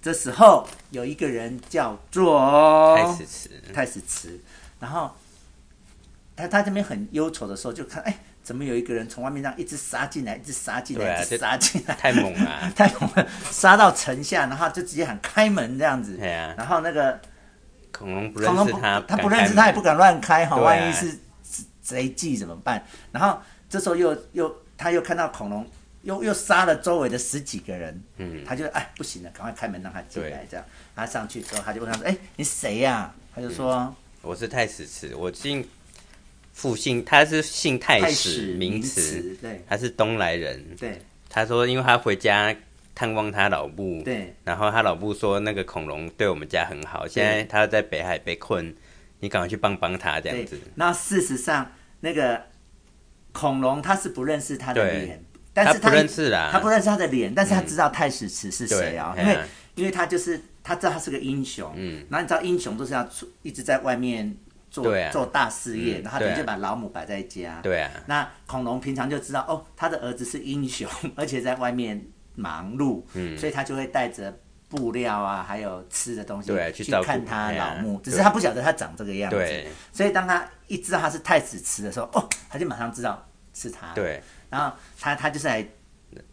A: 这时候有一个人叫做
B: 太死迟，
A: 太史慈，然后他他这边很忧愁的时候，就看哎，怎么有一个人从外面这样一直杀进来，一直杀进
B: 对
A: 来，
B: 啊
A: 一直
B: 这
A: 杀进来，
B: 太猛了 啊，
A: 太猛了，杀到城下，然后就直接喊开门这样子。
B: 对啊
A: 然后那个
B: 恐龙不认
A: 恐龙
B: 识
A: 不
B: 他，
A: 他
B: 敢
A: 不认识
B: 开
A: 他也不
B: 门
A: 敢乱开哈，
B: 对啊
A: 万一是贼计怎么办？然后这时候又又他又看到恐龙又又杀了周围的十几个人，
B: 嗯
A: 他就哎不行了，赶快开门让他进来
B: 对
A: 这样。他上去之后，他就问他说：“哎，你谁呀、他就说
B: 我是太史慈，我姓复姓，他是姓：“太
A: 太
B: 史，
A: 史
B: 名
A: 词
B: 词，，
A: 对
B: 他是东来人。
A: 对
B: 他说，因为他回家探望他老母，
A: 对
B: 然后他老母说那个恐龙对我们家很好，现在他在北海被困，你赶快去帮帮他这样
A: 对
B: 子。。”
A: 那事实上，那个恐龙他是不认识他的
B: 对
A: 脸，但是
B: 不认识啦，
A: 他不认识他的脸，但是他知道太史慈是谁啊、
B: 对
A: 因为、
B: 嘿啊
A: 因为他就是他知道他是个英雄，
B: 嗯，
A: 然后你知道英雄都是要出一直在外面做、
B: 对啊
A: 做大事业，
B: 嗯
A: 然后他
B: 对啊
A: 就把老母摆在家，
B: 对啊，
A: 那恐龙平常就知道哦，他的儿子是英雄，而且在外面忙碌，
B: 嗯
A: 所以他就会带着布料啊，还有吃的东西
B: 对去
A: 去
B: 照顾
A: 看他
B: 哎呀
A: 老母，只是
B: 对
A: 他不晓得他长这个样子
B: 对，
A: 所以当他一知道他是太子吃的时候，哦，他就马上知道是他，，
B: 对
A: 然后他他就是来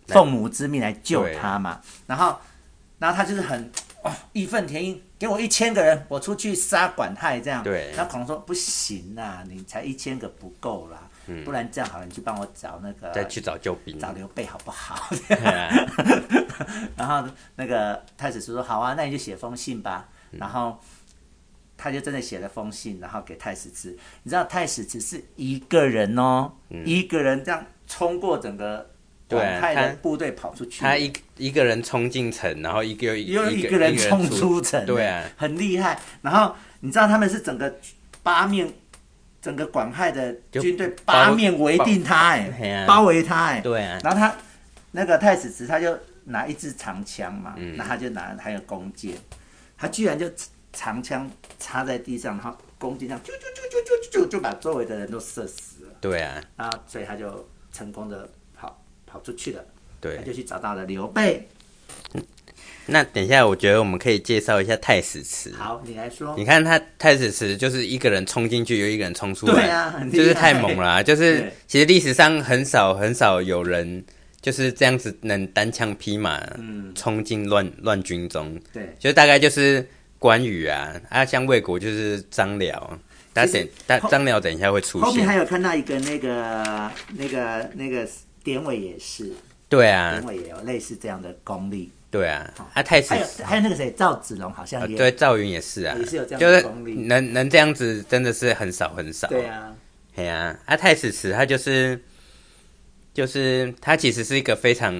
A: 奉母之命来救他嘛，然后然后他就是很哦义愤填膺，给我一千个人，我出去杀管亥这样。
B: 对
A: 然后孔融说不行啦，你才一千个不够啦，不然这样好了，你去帮我找那个
B: 嗯再去找救兵，
A: 呃找刘备好不好？
B: 对啊，
A: 然后那个太史慈说：“好啊，那你就写封信吧。
B: 嗯
A: 然后他就真的写了封信，然后给太史慈。你知道太史慈是一个人哦，一个人这样冲过整个
B: 嗯对
A: 广
B: 啊
A: 派的
B: 他
A: 部队跑出去，
B: 他一一个人冲进城，然后一个
A: 又
B: 又
A: 一
B: 个
A: 个人
B: 一个
A: 冲出城，
B: 对啊，
A: 很厉害。然后你知道他们是整个八面，整个广派的
B: 就
A: 军队
B: 包
A: 八面围定他、哎、
B: 嘿啊
A: 包围他、哎，
B: 对啊，
A: 然后他那个太史慈他就拿一支长枪嘛，那他就拿还有弓箭，他居然就长枪插在地上，然后弓箭这样啾啾啾啾啾啾就把周围的人都射死了，
B: 对啊，
A: 然后所以他就成功的跑跑出去了，他就
B: 对。
A: 去找到了刘备。
B: 那等一下，我觉得我们可以介绍一下太史慈。
A: 好，你来说
B: 你，看他太史慈就是一个人冲进去，又一个人冲出来，
A: 对啊很厉
B: 就
A: 害
B: 是太猛了啊、就是
A: 对
B: 其实历史上很少很少有人就是这样子能单枪匹马
A: 嗯
B: 冲进乱乱军中，
A: 对，
B: 就大概就是关羽啊，啊像魏国就是张辽，他等他
A: 后
B: 张辽等一下会出
A: 后面还
B: 现，
A: 有看到一个那个那个那个典韦也是，
B: 对啊
A: 典韦也有类似这样的功力，
B: 对啊，啊太
A: 哦
B: 史
A: 还有还有那个谁赵子龙好
B: 呃
A: 像也
B: 对赵云也是啊，
A: 也是有这样
B: 就
A: 的
B: 是
A: 功力
B: 能能这样子真的是很少很少，
A: 对啊。
B: 哎呀、啊，太史慈他就是，就是他其实是一个非常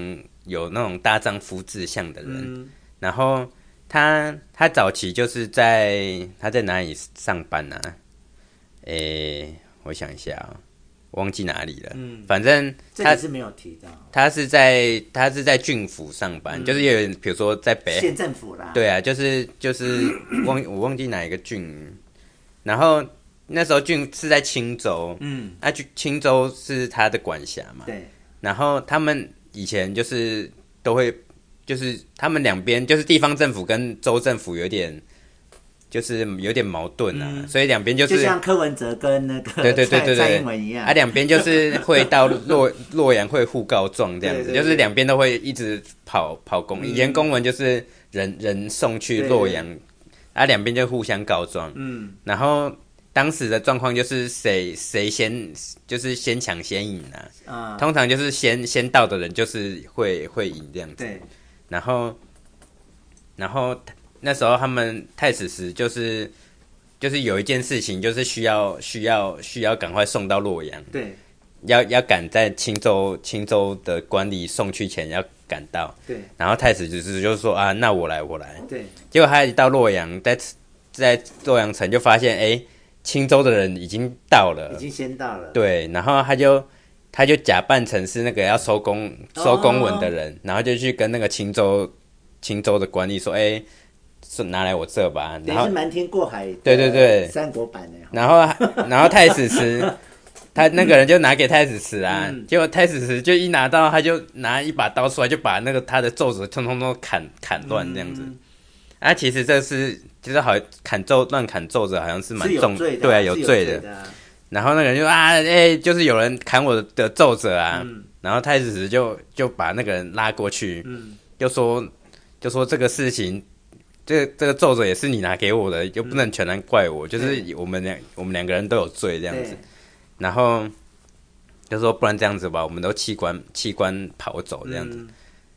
B: 有那种大丈夫志向的人。
A: 嗯
B: 然后他他早期就是在他在哪里上班呢、诶、我想一下啊、忘记哪里了。
A: 嗯
B: 反正
A: 这
B: 他
A: 个是没有提到
B: 他是在他是在郡府上班，就是有点比如说在
A: 嗯
B: 北
A: 县政府啦。
B: 对啊，就是就是 忘我忘记哪一个郡，然后那时候郡是在青州，
A: 嗯，
B: 那就青州是他的管辖嘛，
A: 对
B: 然后他们以前就是都会，就是他们两边就是地方政府跟州政府有点就是有点矛盾啊，所以两边就
A: 嗯就是像柯文哲跟那个
B: 对对对
A: 蔡
B: 对
A: 蔡
B: 对
A: 英文一样
B: 啊，，两边就是会到 洛洛阳会互告状这样
A: 对
B: 子，
A: 对对嗯
B: 就是两边都会一直跑跑公，以前公文就是人人送去
A: 对
B: 洛阳，啊，两边就互相告状，
A: 嗯，
B: 然后当时的状况就是谁谁先就是先抢先赢啊，
A: 啊，
B: 通常就是先先到的人就是会会赢这样子，
A: 对，
B: 然后，然后那时候他们太史慈就是就是有一件事情，就是需要需要需要赶快送到洛阳，
A: 对
B: 要要赶在青州青州的官吏送去前要赶到。
A: 对
B: 然后太史就是就说啊，那我来我来。
A: 对，
B: 结果他一到洛阳，在在洛阳城就发现，哎，青州的人已经到了，
A: 已经先到了，
B: 呃对，然后他就他就假扮成是那个要收公收公文的
A: 哦
B: 人，然后就去跟那个青州青州的官吏说：“哎、是拿来我这吧。”
A: 等
B: 然
A: 于是
B: 后
A: 瞒天过海的
B: 对对对
A: 三国版的，
B: 然后然后太史慈他那个人就拿给太史慈啊，
A: 嗯
B: 结果太史慈就一拿到他就拿一把刀出来，就把那个他的奏折通通都砍砍乱这样子。
A: 嗯
B: 啊，其实这是其实好像砍奏乱砍奏折好像是蛮
A: 是有
B: 重
A: 罪的啊，
B: 对啊
A: 是
B: 有
A: 有
B: 罪的
A: 的。啊，
B: 然后那个人就啊，哎、就是有人砍我的奏折啊，然后太子石就就把那个人拉过去，就说就说这个事情，这这个奏折也是你拿给我的，又不能全然怪我，就是我们两我们两个人都有罪这样子
A: 对，，
B: 然后就说不然这样子吧，我们都弃官弃官跑走这样子，
A: 嗯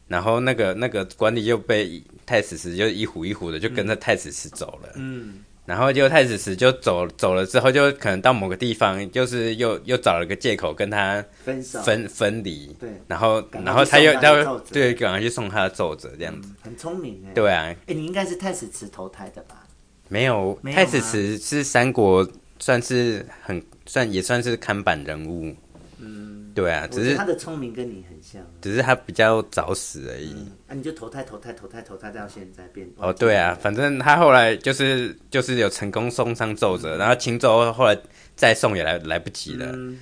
B: 然后那个那个官吏就被太史慈就一虎一虎的就跟着太史慈走了，
D: 嗯，
B: 然后就太子慈就走走了之后，就可能到某个地方，就是又又找了个借口跟他
A: 分手，
B: 分分离，
A: 对，
B: 然后
A: 赶快去
B: 然后他又
A: 送他的奏
B: 又
A: 折
B: 对，赶快去送他的奏折这样子，
A: 很聪明哎，，
B: 对啊，
A: 哎，你应该是太史慈投胎的吧？
B: 没有
A: 没有啊吗
B: 太子慈是三国算是很算也算是看板人物，嗯，对啊，
A: 我觉
B: 只
A: 得
B: 是
A: 他的聪明跟你很像啊。
B: 只是他比较早死而已，
A: 啊，你就投胎投胎投胎投胎到现在变
B: 哦，对啊，反正他后来就是就是有成功送上奏折，然后秦州后来再送也来来不及了。
A: 嗯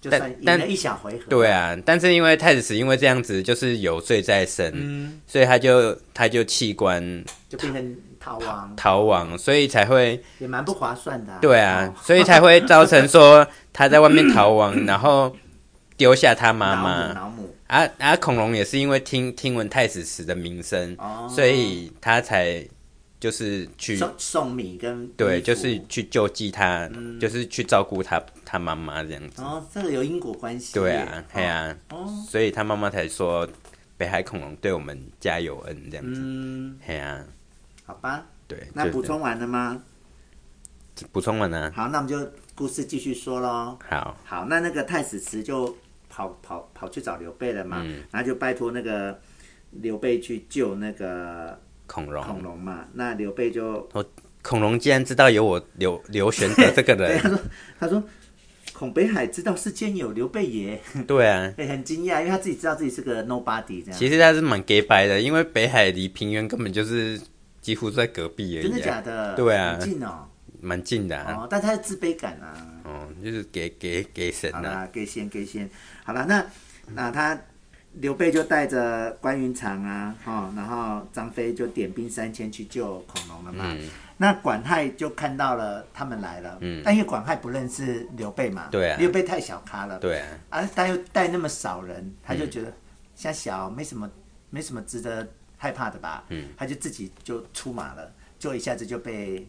A: 就
B: 但
A: 算赢
B: 但
A: 了一小回合，
B: 对，啊，但是因为太子慈因为这样子就是有罪在身，
A: 嗯
B: 所以他就他就弃官
A: 就变成逃亡，
B: 逃亡，所以才会
A: 也蛮不划算的、
B: 对啊
A: 哦，
B: 所以才会造成说他在外面 逃亡，然后丢下他妈
A: 老母
B: 妈。
A: 老母
B: 啊啊！恐龙也是因为听听闻太子慈的名声，
A: 哦，
B: 所以他才就是去
A: 送送米跟
B: 对，
A: 衣服嗯
B: 就是去救济他，就是去照顾他他妈妈这样子。
A: 哦，这个有因果关系耶，
B: 对啊，对啊，
A: 哦，
B: 所以他妈妈才说北海恐龙对我们加油恩这样子。
A: 嗯，
B: 嘿啊，
A: 好吧，
B: 对，
A: 那
B: 就是
A: 补充完了吗？
B: 补充完呢？
A: 好，那我们就故事继续说喽。
B: 好，
A: 好，那那个太史慈就跑跑跑去找刘备了嘛，
B: 嗯
A: 然后就拜托那个刘备去救那个
B: 恐龙，
A: 恐龙
B: 哦
A: 嘛，那刘备就
B: 恐龙竟然知道有我刘刘玄德这个
A: 对，他
B: 人，
A: 说他说孔北海知道世间有刘备也，
B: 对啊，
A: 哎、很惊讶，因为他自己知道自己是个 nobody 这样。
B: 其实他是蛮 gay 白的，因为北海离平原根本就是几乎在隔壁而
A: 真的
B: 已
A: 假
B: 啊，
A: 的？
B: 对啊
A: 很近哦、
B: 蛮近的啊，
A: 哦，但他的自卑感啊，
B: 哦，就是给给给神
A: 好
B: 啊，
A: 啦，给先给先，好啦，那那他刘备就带着关云长啊，哦，然后张飞就点兵三千去救孔融了嘛。
B: 嗯，
A: 那管亥就看到了他们来了，
B: 嗯
A: 但因为管亥不认识刘备嘛，
B: 对啊
A: 刘备太小咖了，
B: 对嗯啊，
A: 啊，带又带那么少人，他就觉得像小没什么没什么值得害怕的吧，
B: 嗯
A: 他就自己就出马了，就一下子就被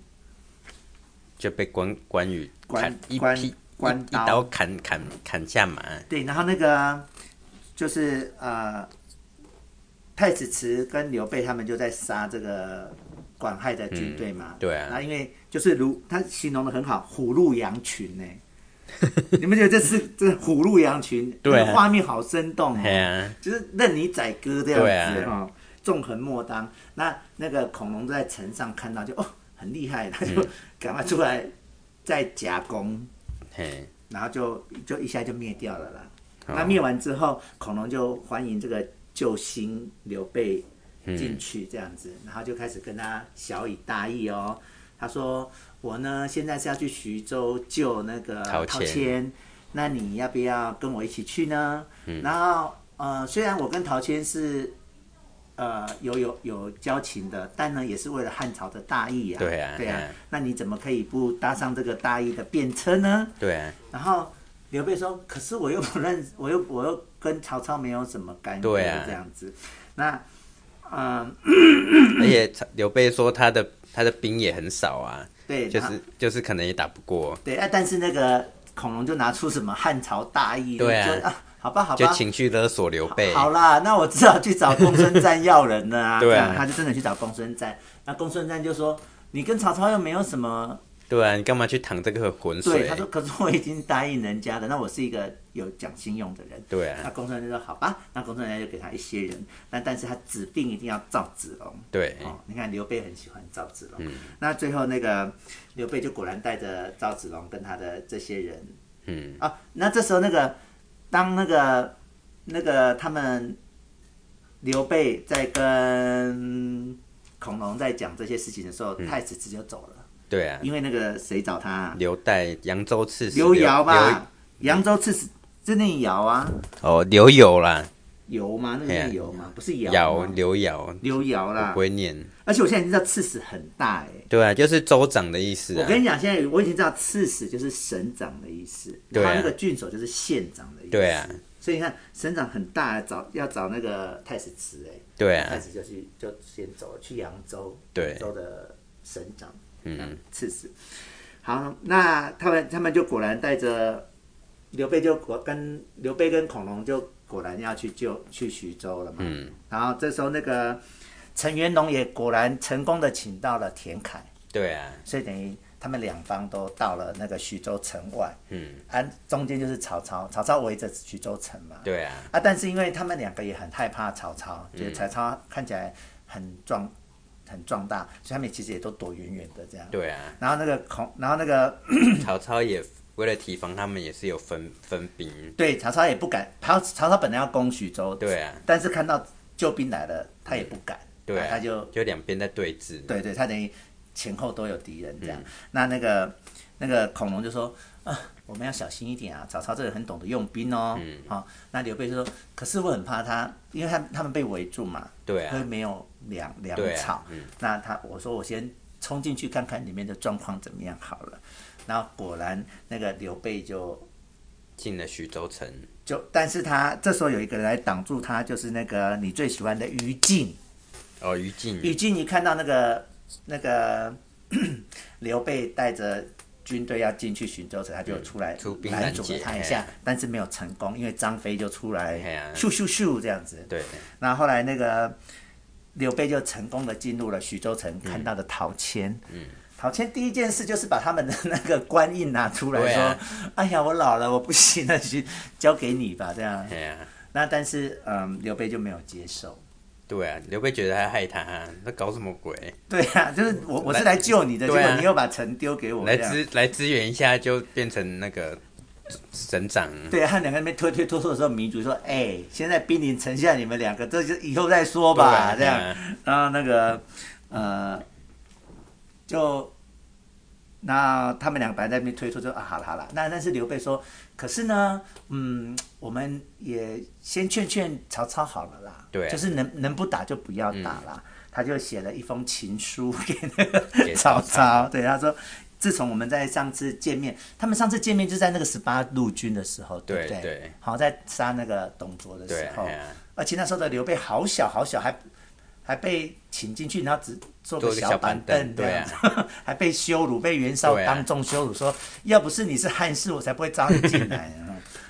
B: 就被关关羽
A: 关
B: 砍一
A: 关
B: 劈
A: 关
B: 一
A: 刀哦
B: 刀砍砍砍下马，
A: 对，然后那个就是呃，太子慈跟刘备他们就在杀这个管亥的军队嘛，
B: 嗯对啊
A: 然后因为就是如他形容的很好，虎入羊群 呢、你们觉得这是这是虎入羊群？
B: 对啊
A: 那个画面好生动哦、
B: 嘿啊，
A: 就是任你宰割这样子
B: 对啊
A: 哈，纵横莫当。那那个恐龙在城上看到就哦很厉害，他
B: 嗯
A: 就赶快出来再夹攻，
B: 嘿，
A: 然后就就一下就灭掉了啦。
B: 哦
A: 那灭完之后，恐龙就欢迎这个救星刘备
B: 嗯
A: 进去这样子，然后就开始跟他小以大义哦。他说：“我呢现在是要去徐州救那个
B: 陶
A: 陶
B: 谦
A: 谦，那你要不
B: 嗯
A: 要跟我一起去呢？”然后呃，虽然我跟陶谦是呃有有有交情的，但呢也是为了汉朝的大义啊。
B: 对啊
A: 对啊
B: 嗯。
A: 那你怎么可以不搭上这个大义的便车呢？
B: 对啊，
A: 然后刘备说：“可是我又不认，我又我又跟曹操没有什么干戈，
B: 对啊
A: 这样子。那嗯，
B: 而且曹刘备说他的他的兵也很少啊，
A: 对，
B: 就
A: 然后
B: 是就是可能也打不过，
A: 对啊，但是那个孔融就拿出什么汉朝大义，
B: 对啊
A: 就啊，好吧，好
B: 就
A: 吧。”
B: 情绪勒索刘备。
A: 好啦，那我只好去找公孙瓒要人了啊！
B: 对啊
A: 这样他就真的去找公孙瓒。那公孙瓒就说：“你跟曹操又没有什么
B: 对啊，你干嘛去淌这个浑
A: 对。”
B: 水
A: 他？说：“可是我已经答应人家的，那我是一个有讲信用的人。”
B: 对
A: 那
B: 啊，
A: 公孙瓒就说：“好吧。”那公孙瓒就给他一些人，那但是他指定一定要赵子龙。
B: 对，嗯
A: 哦，你看刘备很喜欢赵子龙，那最后那个刘备就果然带着赵子龙跟他的这些人
B: 嗯，
A: 啊，那这时候那个当那个那个他们刘备在跟孔融在讲这些事情的时候，
B: 嗯
A: 太子直接走了，
B: 对啊，
A: 因为那个谁找他、啊？
B: 刘岱、扬州刺史
A: 刘繇
B: 刘
A: 吧，扬州刺史，就那姚啊，
B: 哦，刘友啦，
A: 游吗？那个
B: 哎
A: 叫
B: 呀
A: 游吗？不是姚
B: 尧
A: 吗，
B: 刘尧，
A: 刘姚
B: 我
A: 啦
B: 不。会念。
A: 而且我现在已经知道刺史很大哎、
B: 对啊，就是州长的意思
A: 我
B: 啊。
A: 跟你讲，现在我已经知道刺史就是省长的意思，
B: 对啊
A: 然后那个郡守就是县长的意思。
B: 对啊，
A: 所以你看省长很大，找要找那个太史慈哎，
B: 对
A: 太
B: 啊，
A: 史就去就先走了去扬州，
B: 对
A: 扬州的省长，
B: 嗯，
A: 刺史。好，那他们他们就果然带着刘备就果跟刘备跟孔融就果然要去救去徐州了嘛。
B: 嗯，
A: 然后这时候那个陈元龙也果然成功的请到了田凯。
B: 对啊，
A: 所以等于他们两方都到了那个徐州城外，
B: 嗯，
A: 啊，中间就是曹操，曹操围着徐州城嘛，
B: 对啊，
A: 啊，但是因为他们两个也很害怕曹操，觉得曹操看起来很壮、很壮大，所以他们其实也都躲远远的这样。
B: 对啊。
A: 然后那个孔，然后那个
B: 曹操也为了提防他们，也是有分分兵。
A: 对曹操也不敢，曹曹操本来要攻徐州，
B: 对啊，
A: 但是看到救兵来了，他也不敢，
B: 对啊，
A: 他就
B: 就两边在对峙。
A: 对对，他等于前后都有敌人这样。
B: 嗯
A: 那那个那个孔融就说啊，我们要小心一点啊，曹操这个人很懂得用兵哦。
B: 嗯
A: 好、那刘备就说，可是我很怕他，因为他他们被围住嘛，
B: 对
A: 会
B: 啊，
A: 没有粮粮
B: 对
A: 草。
B: 啊，嗯，
A: 那他我说我先冲进去看看里面的状况怎么样好了。然后果然那个刘备就
B: 进了徐州城。
A: 就，但是他这时候有一个人来挡住他，就是那个你最喜欢的于禁。
B: 哦，于禁，
A: 雨静一看到那个那个 刘备带着军队要进去徐州城，他就出来
B: 嗯出兵
A: 拦
B: 拦
A: 阻
B: 截
A: 了他一
B: 哎
A: 下，但是没有成功，因为张飞就出来
B: 哎呀
A: 咻咻咻这样子。
B: 对，
A: 然后后来那个刘备就成功的进入了徐州城，看到了陶谦。
B: 嗯
A: 陶谦第一件事就是把他们的那个官印拿出来
B: 对
A: 说：“
B: 啊
A: 哎呀，我老了，我不行了，去交给你吧。”这样。
B: 哎呀，
A: 那但是，嗯，刘备就没有接受。
B: 对啊，刘备觉得他害他，他搞什么鬼？
A: 对啊，就是我我是
B: 来
A: 来救你的，结
B: 对啊
A: 果你又把城丢给我，
B: 来
A: 这样
B: 支来支援一下，就变成那个省长。
A: 对啊，他两个人在那边推推拖拖的时候，民族说：“哎，现在兵临城下，你们两个这就以后再说
B: 对
A: 吧。
B: 啊”
A: 这样，，然后那个呃，就那他们两个本来在那边推脱，就啊，好了好了。那但是刘备说：“可是呢，嗯，我们也先劝劝曹操好了啦，
B: 对啊
A: 就是能能不打就不要打啦。他就写了一封情书给那
B: 给
A: 个曹
B: 曹操
A: 操，对他说：“自从我们在上次见面，他们上次见面就在那个十八路军的时候，
B: 对
A: 不对？
B: 对
A: 好，在杀那个董卓的
B: 对
A: 时
B: 啊，
A: 候
B: 哎，呀
A: 而且那时候的刘备好小好小，还还被请进去，然后只坐个
B: 做一个小
A: 板
B: 板凳啊
A: 这样子， 还被羞辱，被袁绍
B: 对啊
A: 当众羞辱，说要不是你是汉室，我才不会招你进 来。嗯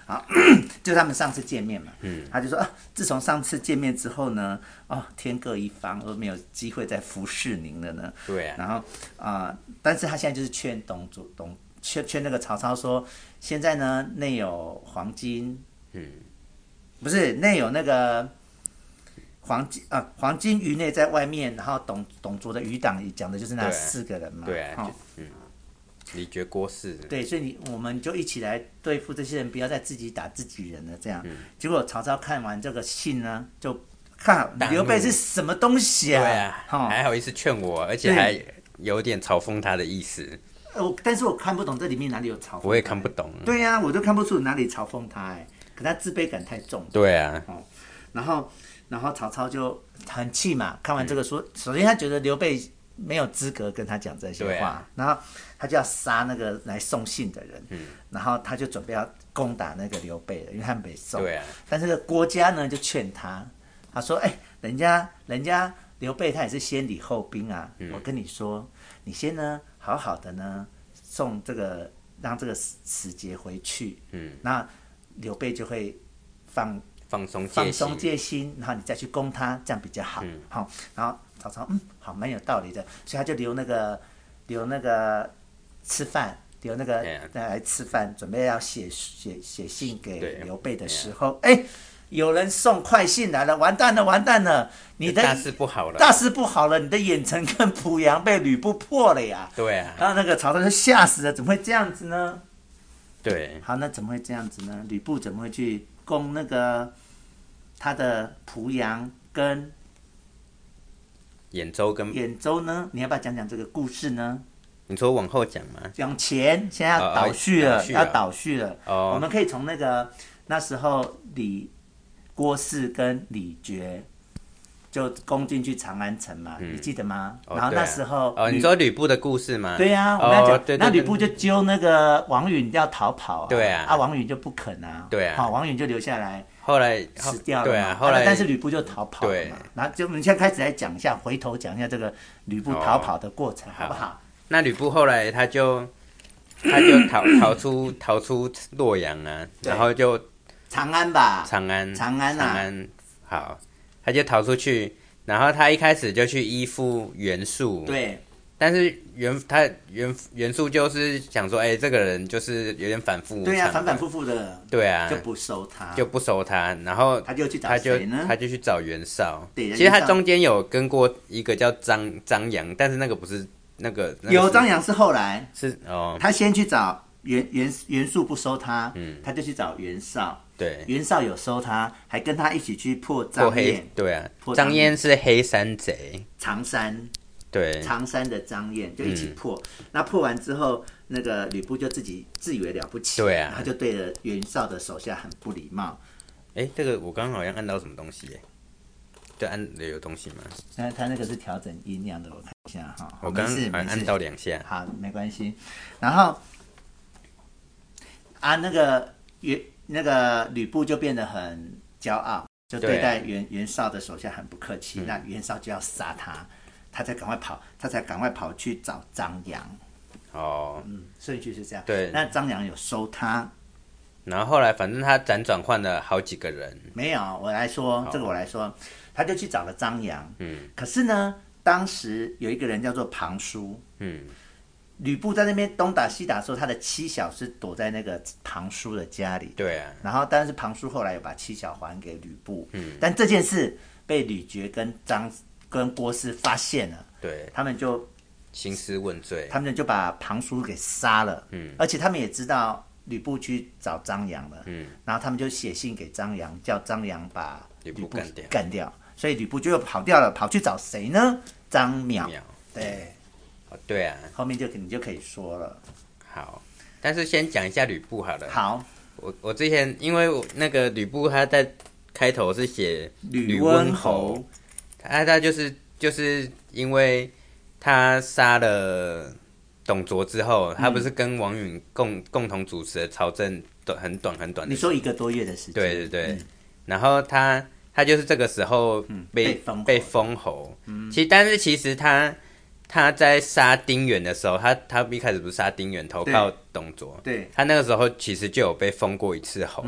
A: 好， 就他们上次见面嘛，
B: 嗯
A: 他就说啊，自从上次见面之后呢，哦，天各一方，我没有机会再服侍您了呢。
B: 对啊，
A: 然后啊、但是他现在就是劝董卓董劝劝那个曹操说，现在呢内有黄金，
B: 嗯，
A: 不是内有那个黄金啊、黄金鱼内在外面，然后董董卓的余党讲的就是那
B: 对啊
A: 四个人嘛，
B: 对
A: 哦
B: 啊，就嗯，李傕郭汜，
A: 对，所以你我们就一起来对付这些人，不要再自己打自己人了。这样，
B: 嗯
A: 结果曹操看完这个信呢，就看
B: 大怒
A: 刘备是什么东西
B: 对
A: 啊？
B: 啊，
A: 哦
B: 还好意思劝我，而且
A: 对
B: 还有点嘲讽他的意思，
A: 我呃但是我看不懂这里面哪里有嘲讽，
B: 我也看不懂。
A: 对呀、我都看不出哪里嘲讽他哎、可他自卑感太重。
B: 对啊，
A: 然后然后曹操就很气嘛，看完这
B: 嗯
A: 个说，首先他觉得刘备没有资格跟他讲这些
B: 对
A: 话，
B: 啊嗯
A: 然后他就要杀那个来送信的人，然后他就准备要攻打那个刘备了，因为他没送。
B: 对啊
A: 但是郭嘉呢就劝他，他说：“哎、人家人家刘备他也是先礼后兵啊，
B: 嗯
A: 我跟你说，你先呢好好的呢送这个让这个使使节回去，
B: 嗯，
A: 那刘备就会放
B: 放松戒
A: 放
B: 心
A: 松，戒心，然后你再去攻他，这样比较
B: 嗯
A: 好。好、然后曹操嗯，好，蛮有道理的，所以他就留那个留那个吃饭，留那个
B: 对啊
A: 来来吃饭，准备要写写写信给
B: 对
A: 刘备的时候，哎、有人送快信来了，完蛋了，完蛋了，你的
B: 大事不好了，
A: 大事不好了，你的远程跟濮阳被吕布破了呀。
B: 对啊，
A: 然后那个曹操就吓死了，怎么会这样子呢？
B: 对，
A: 好，那怎么会这样子呢？吕布怎么会去攻那个他的濮阳跟
B: 兖州跟
A: 兖州呢？你要不要讲讲这个故事呢？
B: 你说往后讲嘛，
A: 讲前，现在要
B: 哦
A: 倒叙了，
B: 倒叙了
A: 要倒叙了。
B: 哦
A: 我们可以从那个那时候李郭汜跟李傕就攻进去长安城嘛，你记得吗？
B: 哦
A: 然后
B: 对啊
A: 那时候
B: 哦，
A: 吕
B: 你说吕布的故事吗？
A: 对呀、我们要
B: 哦
A: 讲，
B: 对，
A: 那
B: 对
A: 吕布就揪那个王允要逃跑啊，
B: 对啊
A: 啊王允就不肯啊，
B: 对啊
A: 好王允就留下来。
B: 后来后
A: 死掉了嘛，
B: 对啊，后来
A: 但是吕布就逃跑了
B: 对
A: 嘛。然后就我们现在开始来讲一下，回头讲一下这个吕布逃跑的过
B: 哦
A: 程，好不好？
B: 那吕布后来他就他就逃逃出逃出洛阳啊，
A: 对
B: 然后就
A: 长安吧，
B: 长安
A: 长安啊
B: 长安好，他就逃出去，然后他一开始就去依附袁术，，
A: 对
B: 但是袁他袁袁术就是想说，哎、这个人就是有点反复无
A: 对呀、啊
B: 常
A: 反反复复的
B: 对啊，
A: 就不收他，
B: 就不收他，然后
A: 他就去找
B: 他就
A: 谁呢
B: 他？就去找袁绍，
A: 对
B: 其实他
A: 袁绍
B: 中间有跟过一个叫张张扬，但是那个不是那个，那个
A: 有
B: 是
A: 张扬是后来，
B: 是哦，
A: 他先去找袁袁袁术不收他，
B: 嗯
A: 他就去找袁绍，
B: 对，
A: 袁绍有收他，还跟他一起去破
B: 破
A: 张
B: 黑
A: 燕、
B: 对啊
A: 破，张
B: 张燕是黑山贼，
A: 常山。
B: 对嗯
A: 常山的张燕就一起破。那破完之后，那个吕布就自己自以为了不起，
B: 对啊
A: 他就对着袁绍的手下很不礼貌。
B: 哎，这个我刚刚好像按到什么东西耶，就按有东西吗？
A: 那他那个是调整音量的，我看一下哈。
B: 我刚
A: 哦没事
B: 刚好像
A: 没
B: 按
A: 事，
B: 到两下，
A: 好没关系。然后啊，那个袁那个吕布就变得很骄傲，就对
B: 对啊
A: 待袁袁绍的手下很不客
B: 嗯
A: 气。那袁绍就要杀他，他才赶快跑，他才赶快跑去找张扬。
B: 哦，
A: 嗯，顺序是这样。
B: 对
A: 那张扬有收他，
B: 然后后来反正他辗转换了好几个人，
A: 没有，我来说这个，我来说，他就去找了张扬。
B: 嗯
A: 可是呢，当时有一个人叫做庞叔，
B: 嗯，
A: 吕布在那边东打西打的时候，他的妻小是躲在那个庞叔的家里。
B: 对啊，
A: 然后，但是庞叔后来有把妻小还给吕布。嗯。但这件事被吕觉跟张跟郭汜发现了，
B: 对，
A: 他们就
B: 兴师问罪，
A: 他们就把庞叔给杀了。嗯。而且他们也知道吕布去找张扬了。
B: 嗯，
A: 然后他们就写信给张扬，叫张扬把
B: 吕布干掉
A: 干掉。所以吕布就又跑掉了，跑去找谁呢？张邈。
B: 秒，
A: 对，
B: 哦对啊，
A: 后面就你就可以说了。
B: 好，但是先讲一下吕布好了，
A: 好，
B: 我我之前因为我那个吕布他在开头是写
A: 吕温
B: 温
A: 侯，
B: 他他就是就是因为他杀了董卓之后，他不是跟王允共共同主持了朝政短很短很短的
A: 你
B: 时间，
A: 说一个多月的时间。
B: 对对对，
A: 嗯
B: 然后他他就是这个时候
A: 嗯被封
B: 被、
A: 侯嗯
B: 被封侯，其实但是其实他他在杀丁原的时候，他他一开始不是杀丁原投靠董卓，
A: 对
B: 他那个时候其实就有被封过一次侯，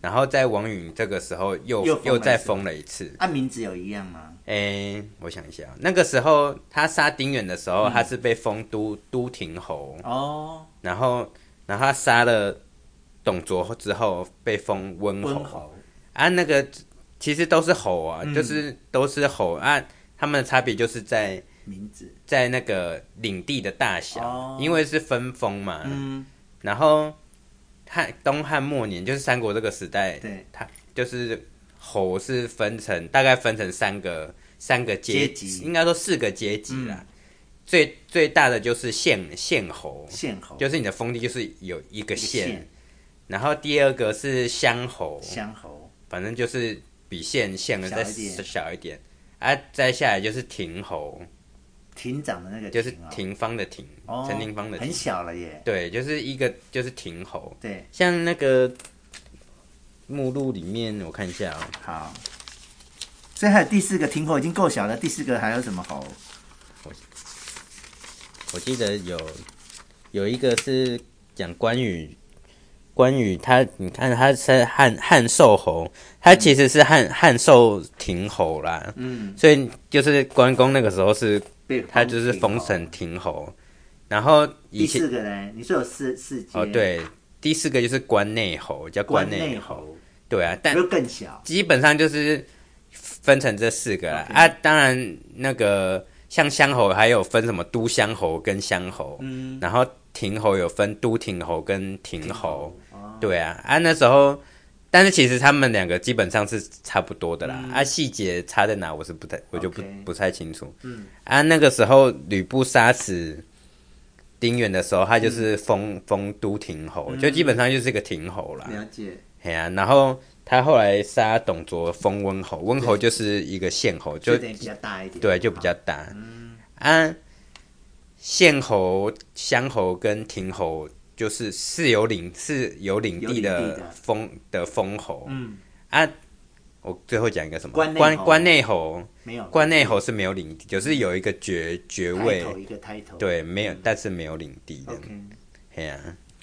B: 然后在王允这个时候又
A: 嗯又
B: 又
A: 封了一次
B: 再封了一次。
A: 啊，名字有一样吗？
B: 诶、我想一下，那个时候他杀丁原的时
A: 嗯
B: 候，他是被封都都亭侯，
A: 哦，
B: 然后然后他杀了董卓之后被封温
A: 温
B: 侯
A: 侯。嗯
B: 啊，那个其实都是侯啊，就是都是侯啊，他们的差别就是在
A: 名字。
B: 在那个领地的大小，
A: 哦
B: 因为是分封嘛，
A: 嗯，
B: 然后汉东汉末年，就是三国这个时代，
A: 对，
B: 它就是侯是分成大概分成三个三个
A: 阶
B: 阶
A: 级嗯
B: 应该说四个阶级啦。最最大的就是县县侯，
A: 县侯
B: 就是你的封地就是有一个
A: 哦县
B: 县，然后第二个是乡侯，
A: 乡侯，
B: 反正就是比县县的再
A: 小一点
B: 小一点，啊，再下来就是亭侯，
A: 亭长的那个
B: 就是
A: 亭啊
B: 亭方的亭，
A: 哦，
B: 陈亭方的
A: 很
B: 亭，
A: 小了耶。
B: 对，就是一个就是亭侯，
A: 对，
B: 像那个目录里面我看一下哦、
A: 好。所以还有第四个亭侯已经够小了，第四个还有什么侯？
B: 我记得有有一个是讲关羽，关羽他你看他是汉汉寿侯，他其实是汉汉寿亭侯啦，
A: 嗯，
B: 所以就是关公那个时候是
A: 对，
B: 他就是封神。亭侯，然后以
A: 第
B: 前
A: 四个呢？你说有四四阶
B: 哦对，第四个就是关内侯，叫
A: 关
B: 内
A: 内，侯，
B: 对啊，但
A: 就更小。
B: 基本上就是分成这四个啦
A: OK
B: 啊，当然那个像乡侯还有分什么都乡侯跟乡侯，
A: 嗯，
B: 然后亭侯有分都亭侯跟亭侯，
A: 哦，
B: 对啊，啊那时候，但是其实他们两个基本上是差不多的啦，啊细节差在哪我是不太，我就
A: 嗯
B: 不
A: OK
B: 不太清楚，
A: 嗯，
B: 啊那个时候吕布杀死丁原的时候，他就是
A: 嗯
B: 封、封都亭侯，就基本上就是个亭侯啦，
A: 了解。
B: 哎呀、然后他后来杀董卓封温侯，温侯就是一个县侯，就
A: 就等于比嗯较大一点。
B: 对，就比较
A: 好。
B: 大。啊，县侯、乡侯跟亭侯就是是有领是有领
A: 有
B: 地
A: 领地
B: 的
A: 的
B: 封的封侯。
D: 嗯，
B: 啊，我最后讲一个什么？
A: 关内
B: 关
A: 侯
B: 关内侯，
A: 没有
B: 关内侯是没有领地，就是有一个爵爵位，
A: title，一个 title。
B: 对，没有，但是没有领地的。
A: 嗯 OK，
B: 哎呀、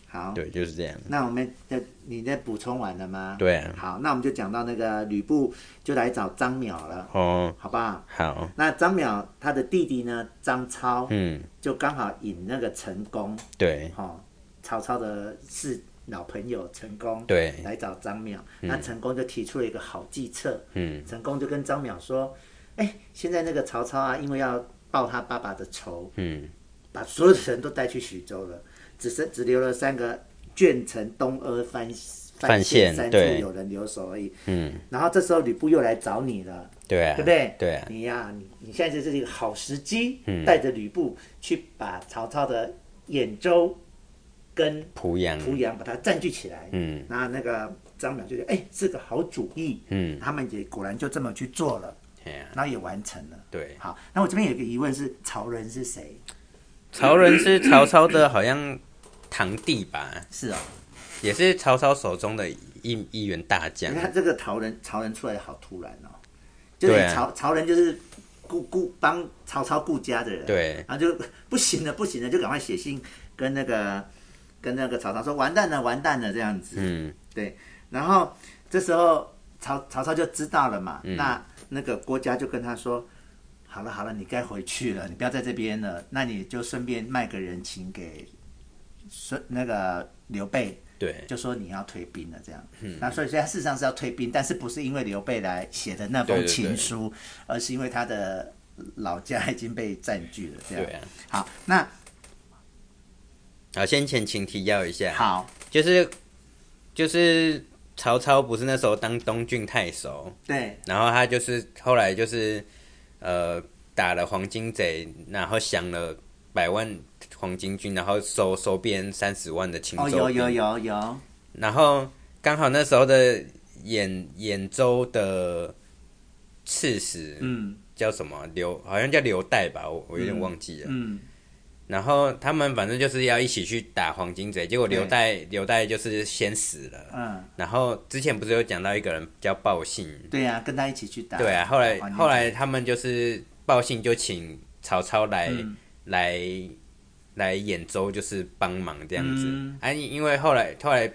A: 好。
B: 对，就是这样。
A: 那我们的你的补充完了吗？。
B: 对啊，
A: 好，那我们就讲到那个吕布就来找张邈了，
B: 哦，
A: 好不好？
B: 好，
A: 那张邈他的弟弟呢，张超
B: 嗯，
A: 就刚好引那个陈宫，
B: 对
A: 哦，曹操的是老朋友陈宫，
B: 对
A: 来找张邈，那陈宫就提出了一个好计策，
B: 嗯，
A: 陈宫就跟张邈说，哎，现在那个曹操啊，因为要报他爸爸的仇，
B: 嗯，
A: 把所有的人都带去徐州了，只剩只留了三个郡城东阿范
B: 范县
A: 三处
B: 对
A: 有人留守而已。
B: 嗯，
A: 然后这时候吕布又来找你了，
B: 对啊，
A: 对不对？
B: 对啊，
A: 你呀、你你现在就是一个好时机，
B: 嗯
A: 带着吕布去把曹操的兖州跟
B: 濮阳，
A: 濮阳把它占据起来。
B: 嗯
A: 那那个张邈就觉得，哎，是个好主意。
B: 嗯，
A: 他们也果然就这么去做了，
B: 哎呀、
A: 然后也完成了。
B: 对。
A: 好，那我这边有一个疑问是，曹仁是谁？
B: 曹仁是曹操的好像堂弟吧，
A: 是哦，
B: 也是曹操手中的一一员大将
A: 你。看这个曹仁，曹仁出来的好突然哦，就是
B: 对啊
A: 曹曹仁就是顾顾帮曹操顾家的人，，
B: 对，
A: 然后啊就 不行了，不行了，就赶快写信跟那个跟那个曹操说完蛋了，完蛋了这样子，
B: 嗯，
A: 对，然后这时候曹曹操就知道了嘛，
B: 嗯
A: 那那个郭嘉就跟他说。好了好了，你该回去了，你不要在这边了。那你就顺便卖个人情给孙那个刘备，
B: 对，
A: 就说你要退兵了这样。
B: 嗯
A: 那所以现在事实上是要退兵，但是不是因为刘备来写的那
B: 对
A: 封
B: 对
A: 情
B: 对
A: 书，而是因为他的老家已经被占据了这样。
B: 对啊。
A: 好，那
B: 好，先前情提要一下，
A: 好，
B: 就是就是曹操不是那时候当东郡太守，
A: 对
B: 然后他就是后来就是呃打了黄金贼，然后降了百万黄巾军，然后收收编三十万的青州
A: 哦，
B: 兵。
A: 有有有有，
B: 然后刚好那时候的兖兖州的刺史，
A: 嗯
B: 叫什么刘，好像叫刘岱吧，我我有点忘记了。
A: 嗯，
B: 然后他们反正就是要一起去打黄金贼，结果刘岱刘岱就是先死了。
A: 嗯，
B: 然后之前不是有讲到一个人叫鲍信，
A: 对呀、跟他一起去打。
B: 对啊，后来
A: 黄巾
B: 后来他们就是鲍信就请曹操来、
A: 嗯
B: 来来兖州，就是帮忙这样子。
A: 嗯
B: 啊，因因为后来后来，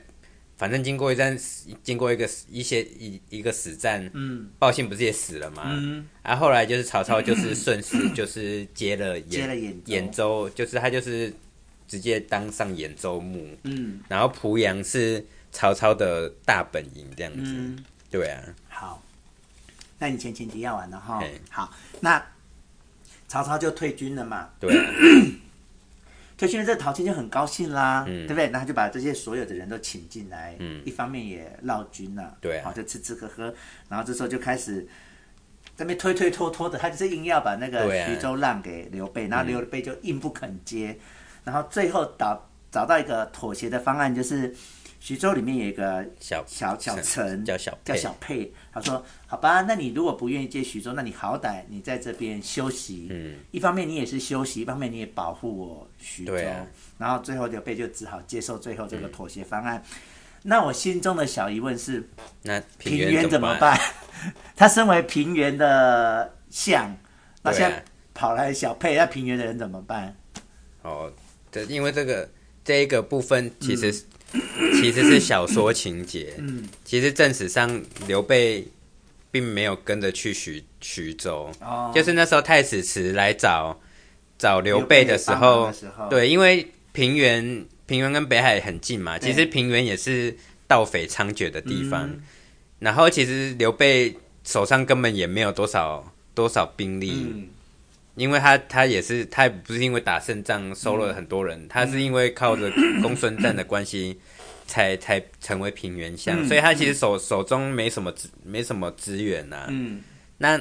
B: 反正经过一战，经过一个一些一一个死战，
A: 嗯
B: 鲍信不是也死了嘛？
A: 嗯，
B: 啊，后来就是曹操就是 顺势就是接了兖
A: 接了兖州
B: 兖州，就是他就是直接当上兖州牧，
A: 嗯
B: 然后濮阳是曹操的大本营这样子。
A: 嗯，
B: 对啊，
A: 好，那你前前提要完了哈
B: 嘿。
A: 好，那曹操就退军了嘛。
B: 对啊，
A: 退训了 这个陶青就很高兴啦，
B: 嗯
A: 对不对？那他就把这些所有的人都请进来，
B: 嗯
A: 一方面也绕军了，
B: 对啊
A: 好就吃吃喝喝，然后这时候就开始在那边推推拖拖的，他就是硬要把那个
B: 对啊嗯
A: 徐州让给刘备，然后刘备就硬不肯接，然后最后找找到一个妥协的方案，就是徐州里面有一个
B: 小
A: 小小城
B: 叫小
A: 叫
B: 沛
A: 小沛，他说：“好吧，那你如果不愿意接徐州，那你好歹你在这边休息。嗯，一方面你也是休息，一方面你也保护我徐州。
B: 对啊
A: 然后最后刘备就只好接受最后这个妥协方
B: 嗯
A: 案。那我心中的小疑问是，
B: 那
A: 平
B: 平
A: 原
B: 怎
A: 怎么？办？ 他身为平原的相，那
B: 对
A: 现
B: 啊
A: 在跑来小沛，那平原的人怎么办？
B: 哦，这因为这个这一个部分其实、
A: 嗯
B: 其实是小说情节，嗯，其实正史上刘备并没有跟着去徐徐州，
A: 哦
B: 就是那时候太史慈来找找刘
A: 刘备
B: 备的时
A: 帮忙
B: 候
A: 的，时候哦
B: 对，因为平原平原跟北海很近嘛，
A: 对嗯
B: 其实平原也是盗匪猖獗的地方，然后其实刘备手上根本也没有多少多少兵力。
A: 嗯，
B: 因为他他也是他也不是因为打胜仗收了很多人，他是因为靠着公孙瓒的关系才才成为平原相，
A: 嗯
B: 所以他其实手、手中没什么资没什么资源啊呐、
A: 嗯，
B: 那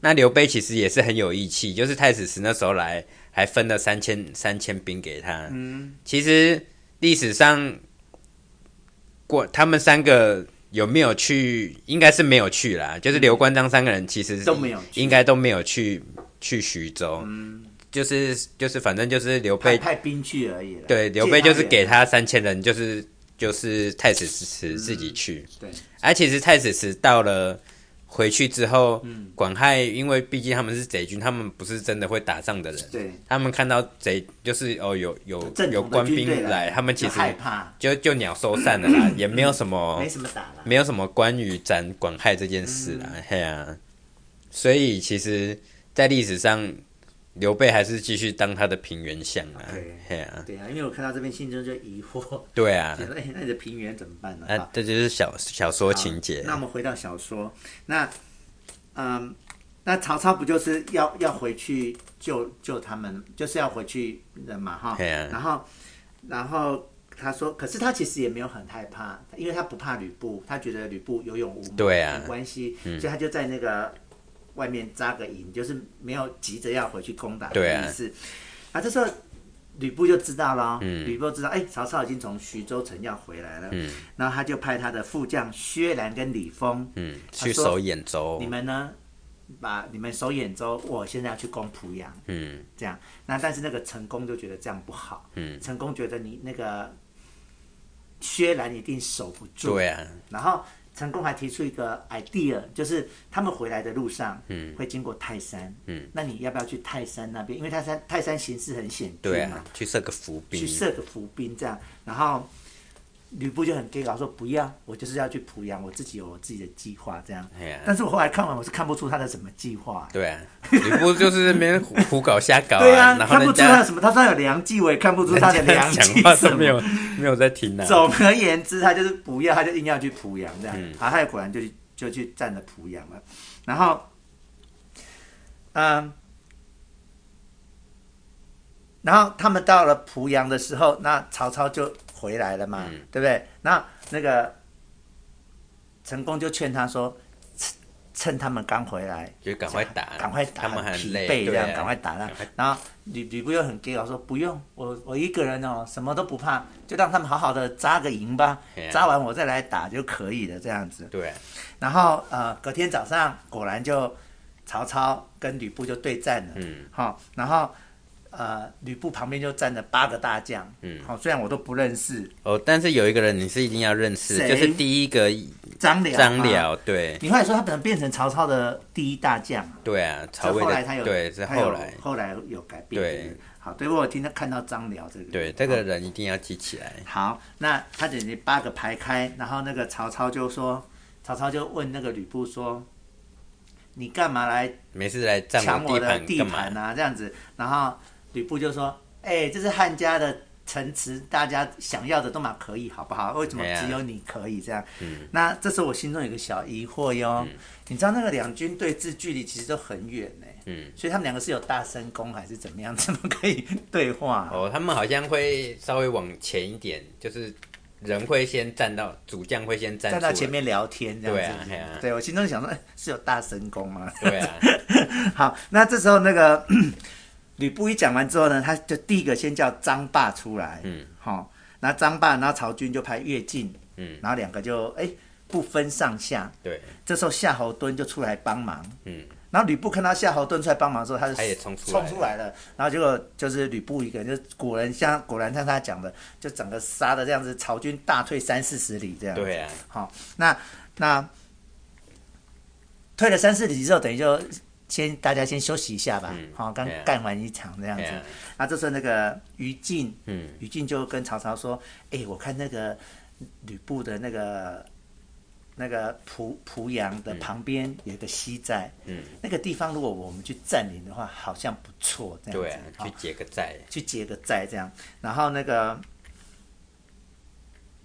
B: 那刘备其实也是很有义气，就是太史慈那时候来还分了三千三千兵给他。嗯，其实历史上过他们三个。有没有去？应该是没有去啦。就是刘关张三个人其实
A: 都没有去嗯
B: 应该都没有去去徐州。就是就是，反正就是刘
A: 派
B: 备
A: 派兵去而已了。
B: 对刘备就是给
A: 借
B: 他三千人，就是就是太史慈自
A: 嗯
B: 己去。
A: 对，
B: 而、啊其实太史慈到了回去之后，
A: 嗯
B: 广汉因为毕竟他们是贼军，他们不是真的会打仗的人，
A: 对
B: 他们看到贼就是哦有有
A: 正
B: 有
A: 统的
B: 官
A: 军队
B: 兵
A: 来
B: 来，他们其
A: 就
B: 实
A: 害怕，
B: 就就鸟兽散了 啦，也没有什么
A: 没什么打了。
B: 没有什么关于斩广害这件事啦，
A: 嗯
B: 嘿啊，所以其实，在历史上，刘备还是继续当他的平原相啊
A: OK，
B: 嘿啊，
A: 对啊，因为我看到这边心中就疑惑，
B: 对啊
A: 想，说哎，那你的平原怎么办呢？
B: 啊
A: 好，
B: 这就是小小说
A: 好
B: 情节
A: 那我们回到小说，那嗯，那曹操不就是要要回去救救他们，就是要回去人嘛哈？
B: 对啊
A: 然后然后他说，可是他其实也没有很害怕，因为他不怕吕布，他觉得吕布有勇无谋，
B: 对啊
A: 没关系，所以他就在那个外面扎个营，就是没有急着要回去攻打
B: 对
A: 的
B: 啊
A: 意思。啊，这时候吕布就知道了哦，
B: 嗯
A: 吕、布知道，哎、曹操已经从徐州城要回来了，然后他就派他的副将薛兰跟李丰，
B: 嗯，
A: 他
B: 去
A: 啊说
B: 守兖州
A: 你，们呢，把你们守兖州，我现在要去攻濮阳，
B: 嗯，
A: 这样。那但是那个陈宫就觉得这样不好，
B: 嗯
A: 陈宫觉得你那个薛兰一定守不住，
B: 对啊，
A: 然后成功还提出一个 idea，就是他们回来的路上，嗯，会经过泰山，嗯，那你要不要去泰山那边？因为泰山泰山形势很险峻
B: 对
A: 嘛
B: 啊，，去设个伏
A: 去
B: 兵，
A: 设个伏兵这样。然后吕布就很 gay 搞说不要，我就是要去濮阳，我自己有我自己的计划这样。
B: 嘿啊
A: 但是我后来看完，我是看不出他的什么计划。
B: 对啊，吕布就是那边胡胡搞瞎搞
A: 对啊，
B: 然后
A: 看不
B: 人
A: 出他
B: 家
A: 的什么，他说有良计，我也看不出他的
B: 人家
A: 良计
B: 讲话
A: 什
B: 都
A: 么
B: 没有没有在听啊，
A: 总而言之，他就是不要，他就硬要去濮阳这样。啊，他果然就去就去占了濮阳了。然后，嗯，然后他们到了濮阳的时候，那曹操就回来了嘛，对不对？那那个陈宫就劝他说，趁趁他们刚回来，
B: 就赶快打，
A: 赶快打，
B: 他们很
A: 疲
B: 累，
A: 惫这
B: 对
A: 样
B: 啊，
A: 赶快打那
B: 赶快。
A: 然后吕吕布又很 gay 佬说不用，我我一个人哦，什么都不怕，就让他们好好的扎个营吧
B: 嘿，啊
A: 扎完我再来打就可以了这样子。
B: 对啊，
A: 然后呃，隔天早上果然就曹操跟吕布就对战了，
B: 嗯，
A: 好、然后呃，吕布旁边就站着八个大将，嗯，好、虽然我都不认识
B: 哦，但是有一个人你是一定要认识，
A: 谁
B: 就是第一个
A: 张辽，啊
B: 张，辽，对
A: 你后来说他本来变成曹操的第一大将啊。
B: 对啊，曹
A: 这
B: 魏
A: 后来他有
B: 的对是
A: 他有
B: 后来，
A: 后来有改变。
B: 对
A: 对不对，好，对我有听到看到张辽这个，
B: 对这个人一定要记起来，
A: 好，那他等于八个排开，然后那个曹操就说，曹操就问那个吕布说，你干嘛来
B: 没事来占
A: 抢我的
B: 盘
A: 地
B: 干
A: 盘
B: 嘛？
A: 啊？这样子，然后吕布就说，哎、这是汉家的。城池，大家想要的都嘛可以，好不好？为什么
B: 哎呀嗯
A: 只有你可以这样？那这时候我心中有个小疑惑哟。你知道那个两军对峙距离其实都很远呢、
B: 嗯，
A: 所以他们两个是有大声公还是怎么样？ 怎么可以对话、
B: 哦，他们好像会稍微往前一点，就是人会先站到主将会先站
A: 站
B: 出来
A: 到前，面聊天这
B: 对
A: 样
B: 啊
A: 子。，
B: 嘿啊，
A: 对我心中想说，哎是有大神功吗？
B: 对啊，
A: 好，那这时候那个 吕布一讲完之后呢，他就第一个先叫张霸出来，
B: 嗯，
A: 好、然后张霸，然后曹军就拍越近，
B: 嗯
A: 然后两个就哎不分上下。
B: 对，
A: 这时候夏侯惇就出来帮忙，
B: 嗯，
A: 然后吕布看到夏侯惇出来帮忙之后，他就
B: 他也冲出来
A: 冲出来了，然后结果就是吕布一个人，就果然像果然像他讲的，就整个杀的这样子，曹军大退三四十里这样。
B: 对啊，
A: 好，那那退了三四里之后，等于就先大家先休息一下吧
B: 嗯，
A: 好、刚
B: 对啊
A: 干完一场这样子
B: 对。啊，
A: 那这时候那个于禁，
B: 嗯，
A: 于禁就跟曹操说：“哎、我看那个吕布的那个那个濮濮阳的旁边有一个西寨，
B: 嗯，
A: 那个地方如果我们去占领的话，好像不错，这样
B: 对
A: 子
B: 啊，，
A: 好
B: 去解个债，
A: 去结个寨这样。然后那个，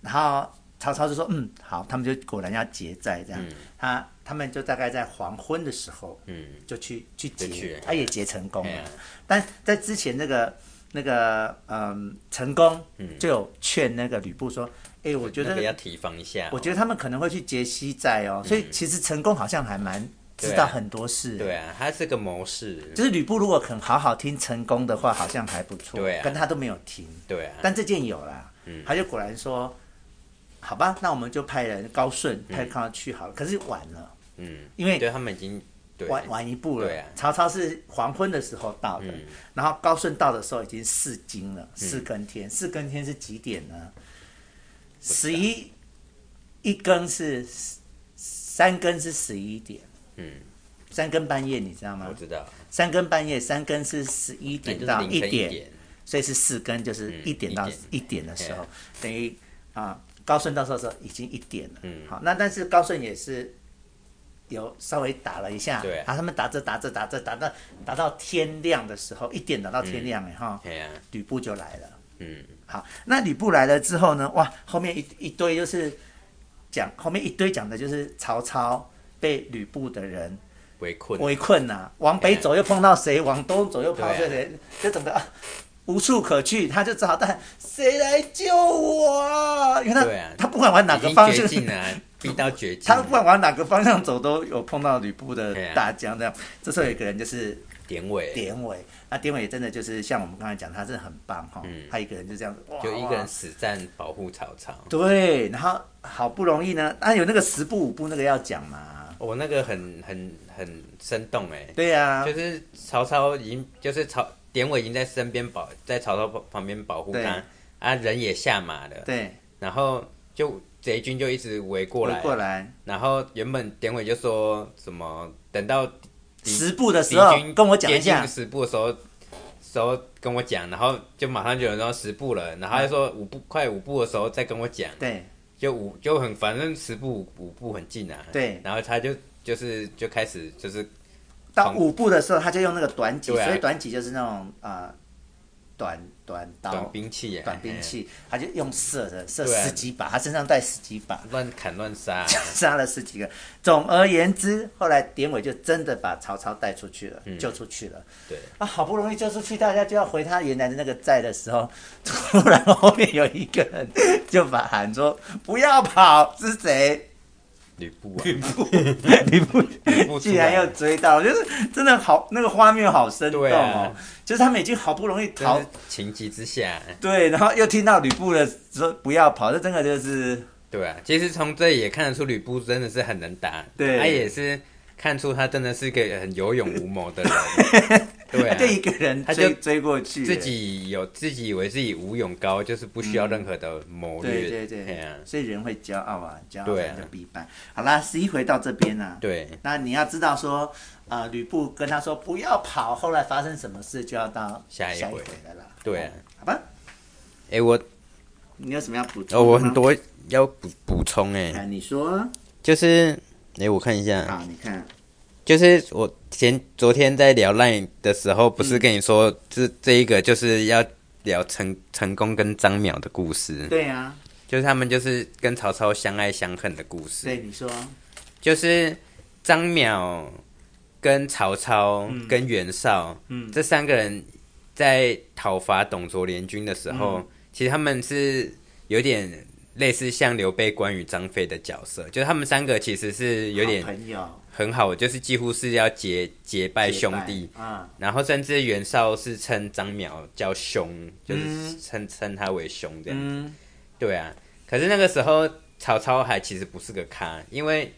A: 然后曹操就说：“嗯，好，他们就果然要结寨这样。
B: 嗯
A: 他他们就大概在黄昏的时候
B: 嗯，
A: 就去去
B: 就去
A: 结
B: 了，
A: 他也结成功
B: 哎
A: 了。
B: 呀
A: 但在之前那个那个嗯，陈宫就有劝那个吕布说：‘哎、我觉
B: 那
A: 得
B: 个要嗯提防一下哦，
A: 我觉得他们可能会去结西寨哦。’所以其实陈宫好像还蛮
B: 对啊
A: 知道很多事。
B: 对啊，他是个谋士，
A: 就是吕布如果肯好好听陈宫的话，好像还不错。
B: 对啊
A: 跟他都没有听。
B: 对啊，
A: 但这件有啦，
B: 嗯
A: 他就果然说，好吧，那我们就派人高顺派他去好了。可是晚了，
B: 嗯，
A: 因为
B: 对他们已经对
A: 晚晚一步了。
B: 对啊
A: 曹操是黄昏的时候到的，
B: 嗯
A: 然后高顺到的时候已经四更了，四更天，四更天是几点呢？十一，一更是三更是十一点，
B: 嗯，
A: 三更半夜你知道吗
B: 我？知道，
A: 三更半夜，三更是十一
B: 那
A: 点
B: 就是
A: 到
B: 凌晨
A: 点，
B: 点，
A: 所以是四更，就是
B: 嗯
A: 一点到
B: 一点
A: 一点的时候
B: 哎，
A: 等于啊，高顺到时候说已经一点了。
B: 嗯
A: 好，那但是高顺也是有稍微打了一下，
B: 对
A: 啊，他们打着打着打着打到打到天亮的时候，一点打到天亮哎哈，
B: 哎呀，
A: 吕布就来了。
B: 嗯，
A: 好，那吕布来了之后呢，哇，后面一一堆就是讲后面一堆讲的就是曹操被吕布的人
B: 围困，
A: 围困呐、往北走又碰到谁，往东走又碰到
B: 对啊
A: 谁，就整个、啊、无处可去，他就只好大喊谁来救我啊？因为他、
B: 对啊
A: 他不管往哪
B: 已
A: 个
B: 经
A: 方
B: 绝
A: 向，
B: 境啊，逼到绝境
A: 他，不管往哪个方向走都有碰到吕布的
B: 对啊
A: 大将这样。这时候有一个人就是
B: 典韦
A: 典韦，那典韦真的就是像我们刚才讲，他真的很棒哈、
B: 嗯
A: 他一个人就这样子，哇
B: 就一个人
A: 哇
B: 死战保护曹操，
A: 对，然后好不容易呢，啊有那个十步五步那个要讲嘛，
B: 我、那个很很很生动哎、
A: 对呀、啊
B: 就，是曹操已经就是曹典韦已经在身边保在曹操旁边保护
A: 对
B: 他啊，人也下马了，
A: 对，
B: 然后就贼军就一直围过来，啊
A: 过来。
B: 然后原本典韦就说什么等到敌
A: 十步的时
B: 敌
A: 候
B: 军
A: 跟我讲一
B: 接
A: 下
B: 近，十步的时候。时候跟我讲，然后就马上就有人说十步了，然后他就说五步、快五步的时候再跟我讲，
A: 对，
B: 就五就很反正十步五五步很近啊，
A: 对
B: 然后他就就是就开始就是
A: 到五步的时候，他就用那个短戟，
B: 对啊
A: 所以短戟就是那种啊、呃短短刀、
B: 短兵器、啊，
A: 短兵器，他就用射的，射
B: 对啊
A: 十几把，他身上带十几把
B: 嘿，，乱砍乱杀、
A: 杀了十几个。总而言之，后来典韦就真的把曹操带出去了，救出去了。
B: 嗯对
A: 啊，好不容易救出去，大家就要回他原来的那个寨的时候， 突然后面有一个人就把喊说：“不要跑，是谁？”
B: 吕布 啊，
A: 吕布
B: 布出来
A: 竟然又追到，就是真的好，那个画面好生动
B: 对
A: 哦
B: 啊。
A: 就是他们已经好不容易逃
B: 真是，情急之下，
A: 对，然后又听到吕布的说不要跑，这真的就是
B: 对啊，其实从这里也看得出吕布真的是很能打，
A: 对
B: 他也是看出他真的是个很有勇无谋 的人，对、
A: 他就一
B: 啊。
A: 个人
B: 他
A: 追
B: 就
A: 追过去，
B: 自己有自己以为自己武勇高，就是不需要任何的谋略。
A: 对对
B: 嘿
A: 对
B: 啊，
A: 所以人会骄傲啊，骄傲
B: 对啊
A: 才能必败。好啦，十一回到这边啊，
B: 对，
A: 那你要知道说，呃，吕布跟他说不要跑，后来发生什么事就要到
B: 下一
A: 一回
B: 回
A: 的啦。
B: 对啊
A: 哦好吧，
B: 哎、我
A: 你有什么要补充的
B: 哦，
A: 吗？
B: 我很多要补补充哎、
A: 哎，你说啊
B: 就是哎、我看一下，
A: 啊，你看。
B: 就是我前昨天在聊 LINE 的时候，不
A: 嗯
B: 是跟你说，这这一个就是要聊成成功跟张淼的故事，
A: 对呀、啊，
B: 就是他们就是跟曹操相爱相恨的故事，
A: 对你说，
B: 就是张淼跟曹操跟袁绍，
D: 嗯
B: 这三个人在讨伐董卓联军的时候，
A: 嗯
B: 其实他们是有点类似像刘备、关羽、张飞的角色，就是他们三个其实是有点
A: 好朋友
B: 很好，就是几乎是要结结拜哎兄弟，
A: 啊，
B: 然后甚至袁绍是称张邈叫兄，就是称称他为兄这样。
A: 嗯
B: 对啊，可是那个时候曹操还其实不是个咖，因为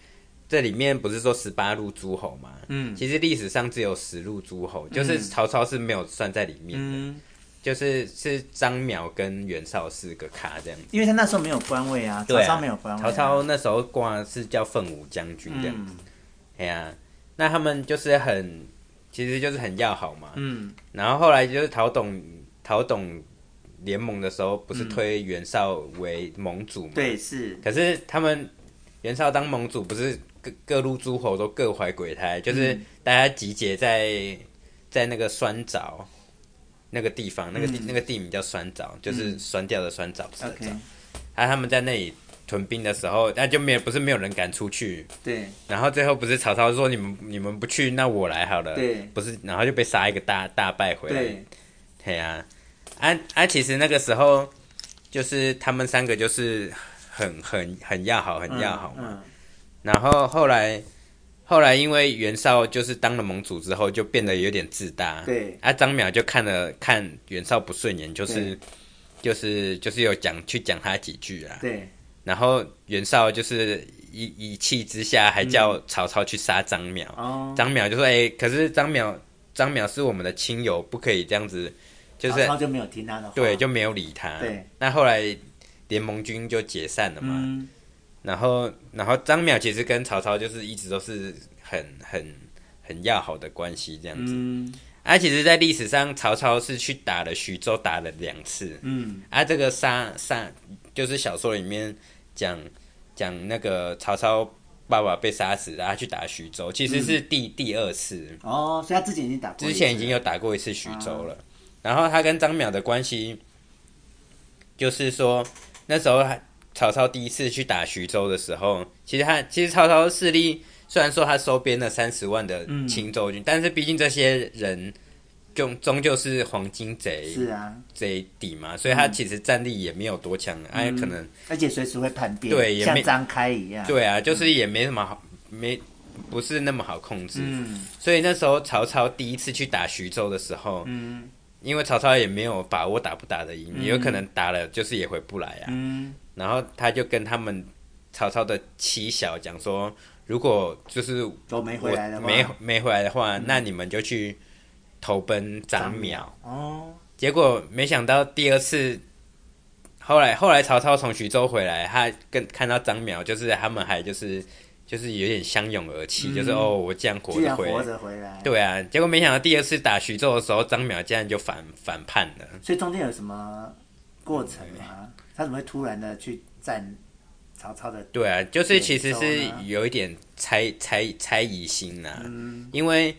B: 这里面不是说十八路诸侯嘛，
A: 嗯
B: 其实历史上只有十路诸侯，就是曹操是没有算在里面的，
A: 嗯，
B: 就是是张邈跟袁绍是个咖这样。
A: 因为他那时候没有官位啊，曹
B: 对啊
A: 操没有官位啊、
B: 曹操那时候挂的是叫奋武将军这
A: 嗯
B: 样子，哎呀、那他们就是很，其实就是很要好嘛。
A: 嗯，
B: 然后后来就是陶董陶董联盟的时候，不是推袁绍为盟主嘛？
A: 对，是，
B: 可是他们袁绍当盟主，不是各各路诸侯都各怀鬼胎，
A: 嗯
B: 就是大家集结在在那个酸枣那个地方，那个地、那个地名叫酸枣，就是酸掉的酸枣，不是的枣
A: 嗯 OK，
B: 啊，他们在那里屯兵的时候，那就没有不是没有人敢出去，
A: 对，
B: 然后最后不是曹操说你们你们不去，那我来好了，
A: 对
B: 不是，然后就被杀一个大大败回来，
A: 对，
B: 对啊，啊啊，其实那个时候就是他们三个就是很很很要好，很要好嘛。
A: 嗯，
B: 然后后来后来因为袁绍就是当了盟主之后，就变得有点自大。
A: 对
B: 啊，张邈就看了看袁绍不顺眼，就是就是就是有讲去讲他几句啊
A: 嗯。对，
B: 然后袁绍就是一一气之下，
A: 嗯
B: 还叫曹操去杀张邈。
A: 哦，
B: 张邈就说：“哎、可是张邈张邈是我们的亲友，不可以这样子，就是
A: 曹操就没有听他的话，
B: 对，就没有理他。
A: 对，
B: 那后来联盟军就解散了嘛。
A: 嗯，
B: 然后，然后张邈其实跟曹操就是一直都是很很很要好的关系这样子。
A: 嗯
B: 啊，其实，在历史上，曹操是去打了徐州，打了两次。
A: 嗯，
B: 啊，这个杀杀就是小说里面讲讲那个曹操爸爸被杀死，然后他去打徐州，其实是第、第二次。
A: 哦，所以他之前已经嗯打过一次了，啊
B: 之前已经有打过一次徐州了。然后他跟张淼的关系，就是说那时候他曹操第一次去打徐州的时候，其实他其实曹操的势力虽然说他收编了三十万的
A: 嗯
B: 青州军，但是毕竟这些人终终究是黄金贼
A: 是啊，
B: 贼底嘛，所以他其实战力也没有多强，
A: 嗯
B: 哎、可能
A: 而且随时会叛变，
B: 对也
A: 像
B: 没
A: 张开一样，，
B: 对啊，就是也没什么好没不是那么好控制。
A: 嗯
B: 所以那时候曹操第一次去打徐州的时候，
A: 嗯
B: 因为曹操也没有把握打不打得赢，也有可能打了就是也回不来啊。
A: 嗯，
B: 然后他就跟他们曹操的妻小讲说，如果就是我
A: 都没回来的话，嗯
B: 没没回来的话，那你们就去投奔张邈。
A: 哦，
B: 结果没想到第二次，后来后来曹操从徐州回来，他跟看到张邈，就是他们还就是就是有点相拥而泣，就是哦，我这样活
A: 嗯居
B: 着
A: 然
B: 回
A: 活
B: 来。
A: 着回来，，
B: 对啊，结果没想到第二次打徐州的时候，张邈竟然就反反叛了。
A: 所以中间有什么过程吗？他怎么会突然的去占曹操的？
B: 对啊，就是其实
A: 对
B: 是
A: 懂了
B: 有一点猜猜猜疑心呐、
A: 嗯
B: 因为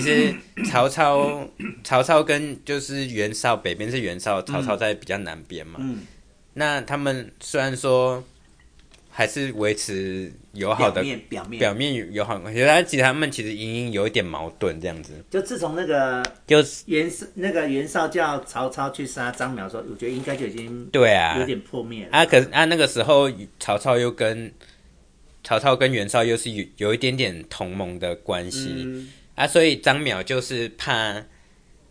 B: 实曹操曹操跟就是袁绍北边是袁绍，曹操在比较南边嘛。
A: 嗯
B: 那他们虽然说还是维持友好的
A: 表面表面
B: 表面友好，可是他其实他们其实隐隐有一点矛盾这样子，
A: 就自从那个
B: 就是
A: 袁绍那个袁绍叫曹操去杀张邈的时候，我觉得应该就已经
B: 对啊，
A: 有点破灭了。
B: 啊，可是啊，那个时候曹操又跟曹操跟袁绍又是有有一点点同盟的关系、
A: 嗯
B: 啊，所以张邈就是怕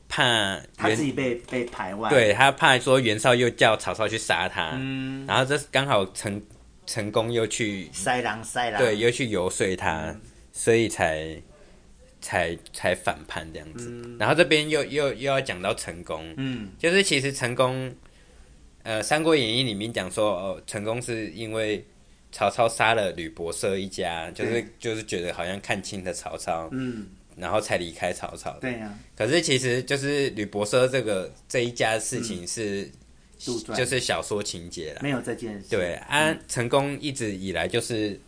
B: 怕
A: 他自
B: 袁，
A: 己被被排外，，
B: 对他怕说袁绍又叫曹操去杀他，
A: 嗯
B: 然后这刚好成成功又去
A: 塞狼塞狼，
B: 对又去游说他，
A: 嗯
B: 所以才才才反叛这样子。然后这边又又又要讲到成功，
A: 嗯，
B: 就是其实成功，呃，《三国演义》里面讲说，哦，成功是因为曹操杀了吕伯奢一家，就是就是觉得好像看清了曹操，
A: 嗯，
B: 然后才离开曹操的。
A: 对啊呀、
B: 可是其实就是吕伯奢这个这一家事情是、
A: 杜撰
B: 就是小说情节啦。
A: 没有这件事，
B: 对啊，
A: 嗯
B: 成功一直以来就是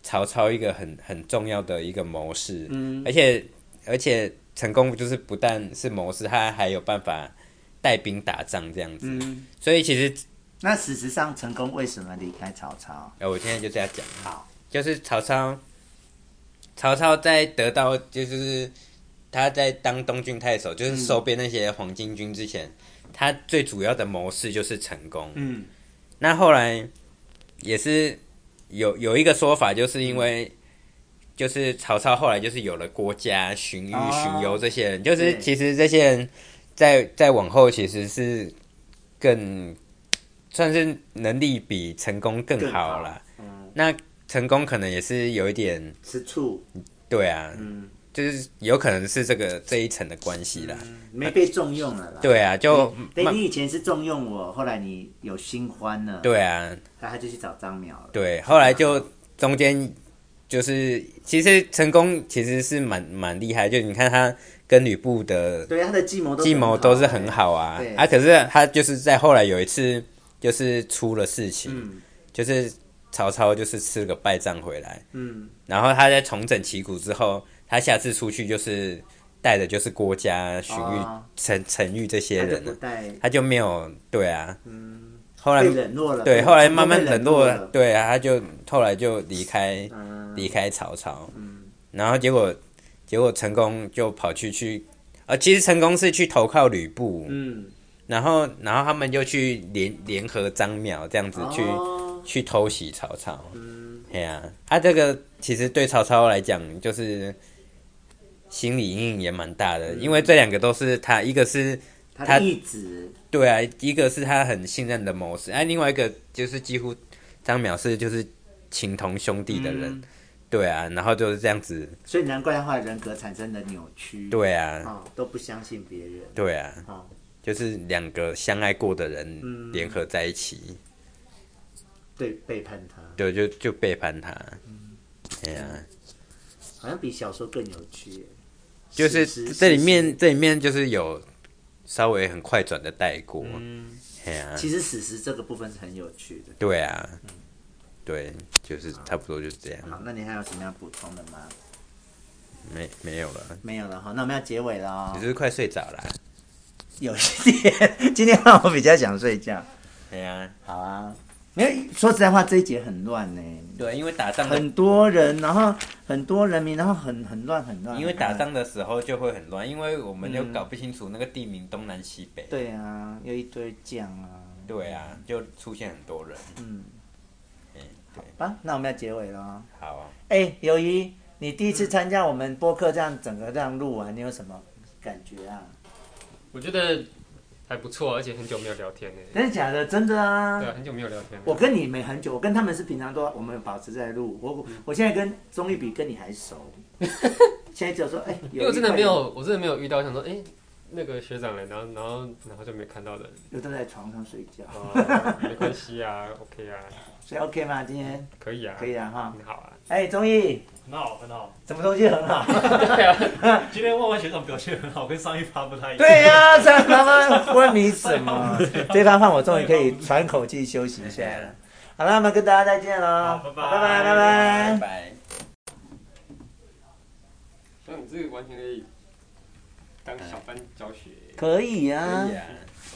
B: 曹操一个很很重要的一个谋士，嗯，而且而且成功就是不但是谋士，他还有办法带兵打仗这样子，
A: 嗯，
B: 所以其实
A: 那事实上成功为什么离开曹操？
B: 呃，我现在就这样讲，
A: 好，
B: 就是曹操，曹操在得到就是他在当东郡太守，
A: 嗯
B: 就是收编那些黄巾军之前，他最主要的谋士就是成功。
A: 嗯，
B: 那后来也是有有一个说法，就是因为。就是曹操后来就是有了郭嘉、荀彧、
A: 哦
B: 荀攸这些人，就是
A: 对
B: 其实这些人在在往后其实是更算是能力比成功更
E: 更
B: 好
E: 好
B: 啦。
E: 嗯，
B: 那成功可能也是有一点，
E: 吃醋，
B: 对啊，
E: 嗯，
B: 就是有可能是这个这一层的关系啦。
E: 没被重用了啦。
B: 对啊，就
E: 对，
B: 慢
E: 嗯你以前是重用我，后来你有新欢了，，
B: 对啊，
E: 那他就去找张淼了。
B: 对，后来就中间就是其实成功其实是蛮蛮厉害，就你看他跟吕布的
E: 对，他的计谋都
B: 计谋都是
E: 很
B: 很
E: 好
B: 好啊
E: 对
B: 啊，可是他就是在后来有一次就是出了事
E: 欸。
B: 情，
E: 嗯
B: 就是曹操就是吃个败仗回来，
E: 嗯，
B: 然后他在重整旗鼓之后，他下次出去就是带的就是郭嘉、荀彧、
E: 哦
B: 陈陈馀这些
E: 他就
B: 人
E: 不
B: 了，
E: 带，
B: 他就没有对啊，
E: 嗯，
B: 后来
E: 被冷落了。
B: 对
E: 被
B: 后来慢慢
E: 被
B: 冷
E: 冷
B: 落了，
E: 了。
B: 对啊，他就后来就离开
E: 嗯，
B: 离开曹操，
E: 嗯
B: 然后结果结果成功就跑去去。呃，其实成功是去投靠吕布，
E: 嗯，
B: 然后然后他们就去联联合张邈这样子去、
E: 哦
B: 去偷袭曹操。
E: 嗯
B: 哎呀、啊，这个其实对曹操来讲，就是心理阴影也蛮大
E: 嗯
B: 的，因为这两个都是他，一个是
E: 他
B: 他
E: 的义子，
B: 对啊，一个是他很信任的谋士，哎、啊，另外一个就是几乎张淼是就是情同兄弟的人，
E: 嗯
B: 对啊，然后就是这样子，
E: 所以难怪他后来人格产生的扭曲。
B: 对啊，
E: 啊，都不相信别人。
B: 对啊，
E: 哦
B: 就是两个相爱过的人
E: 嗯
B: 联合在一起，
E: 对，背叛他，
B: 对，就就背叛他，哎呀、
E: 好像比小说更有趣耶。
B: 就是
E: 史实
B: 这里面，这里面就是有稍微很快转的带过，
E: 嗯，
B: 哎呀、
E: 其实史实这个部分是很有趣的。
B: 对啊，对，就是差不多就是这
E: 好
B: 样，，
E: 那你还有什么要补充的吗？
B: 没没有了，
E: 没有了哈，那我们要结尾了
B: 你
E: 哦
B: 是。不是快睡着了？
A: 有一点，今天让我比较想睡觉。
B: 对啊，
E: 好啊，因为说实在话，这一节很乱呢，
B: 对，啊因为打仗的，
A: 很多人，然后很多人民，然后很很乱很乱。
B: 因为打
A: 很乱
B: 仗的时候就会很乱，因为我们就搞不清楚那个地名东南西北。
A: 对啊，又一堆酱啊。
B: 对啊，就出现很多人。
A: 嗯，
B: 嗯，对，
A: 啊，那我们要结尾了哦。
B: 好啊，
A: 哎，友谊，你第一次参加我们播客这样整个这样录完，你有什么
E: 感觉啊，
C: 我觉得还不错，而且很久没有聊天呢。
A: 真的假的？真的啊
C: 对啊，。很久没有聊天了。
A: 我跟你没很久，我跟他们是平常都我们有保持在录。我我现在跟钟丽比跟你还 熟，现在只有说哎，
C: 因
A: 因
C: 为我真的没，有，我真的没有遇到想说，哎、那个学长来，然后然后然后就没看到人，
A: 有都在床上睡觉，
C: 哦，没关系啊，OK 啊，
A: 所以 OK 吗？今天
C: 可以啊，
A: 可以了哈。
C: 很好啊，
A: 哎，钟毅，
D: 很好，很好。
A: 什么东西很好？
D: 今天万万学长表现很好，跟上一趴不太一样。
A: 对呀、这样他们昏迷什 么？这番话我终于可以喘口气休息一下了。好了，那么跟大家再见喽，
D: 好拜
A: 拜拜
D: 拜
A: 拜
B: 拜
A: 拜。
B: 拜。
C: 所以你这个完全可以当小班教学。
A: 可以啊。
B: 可以啊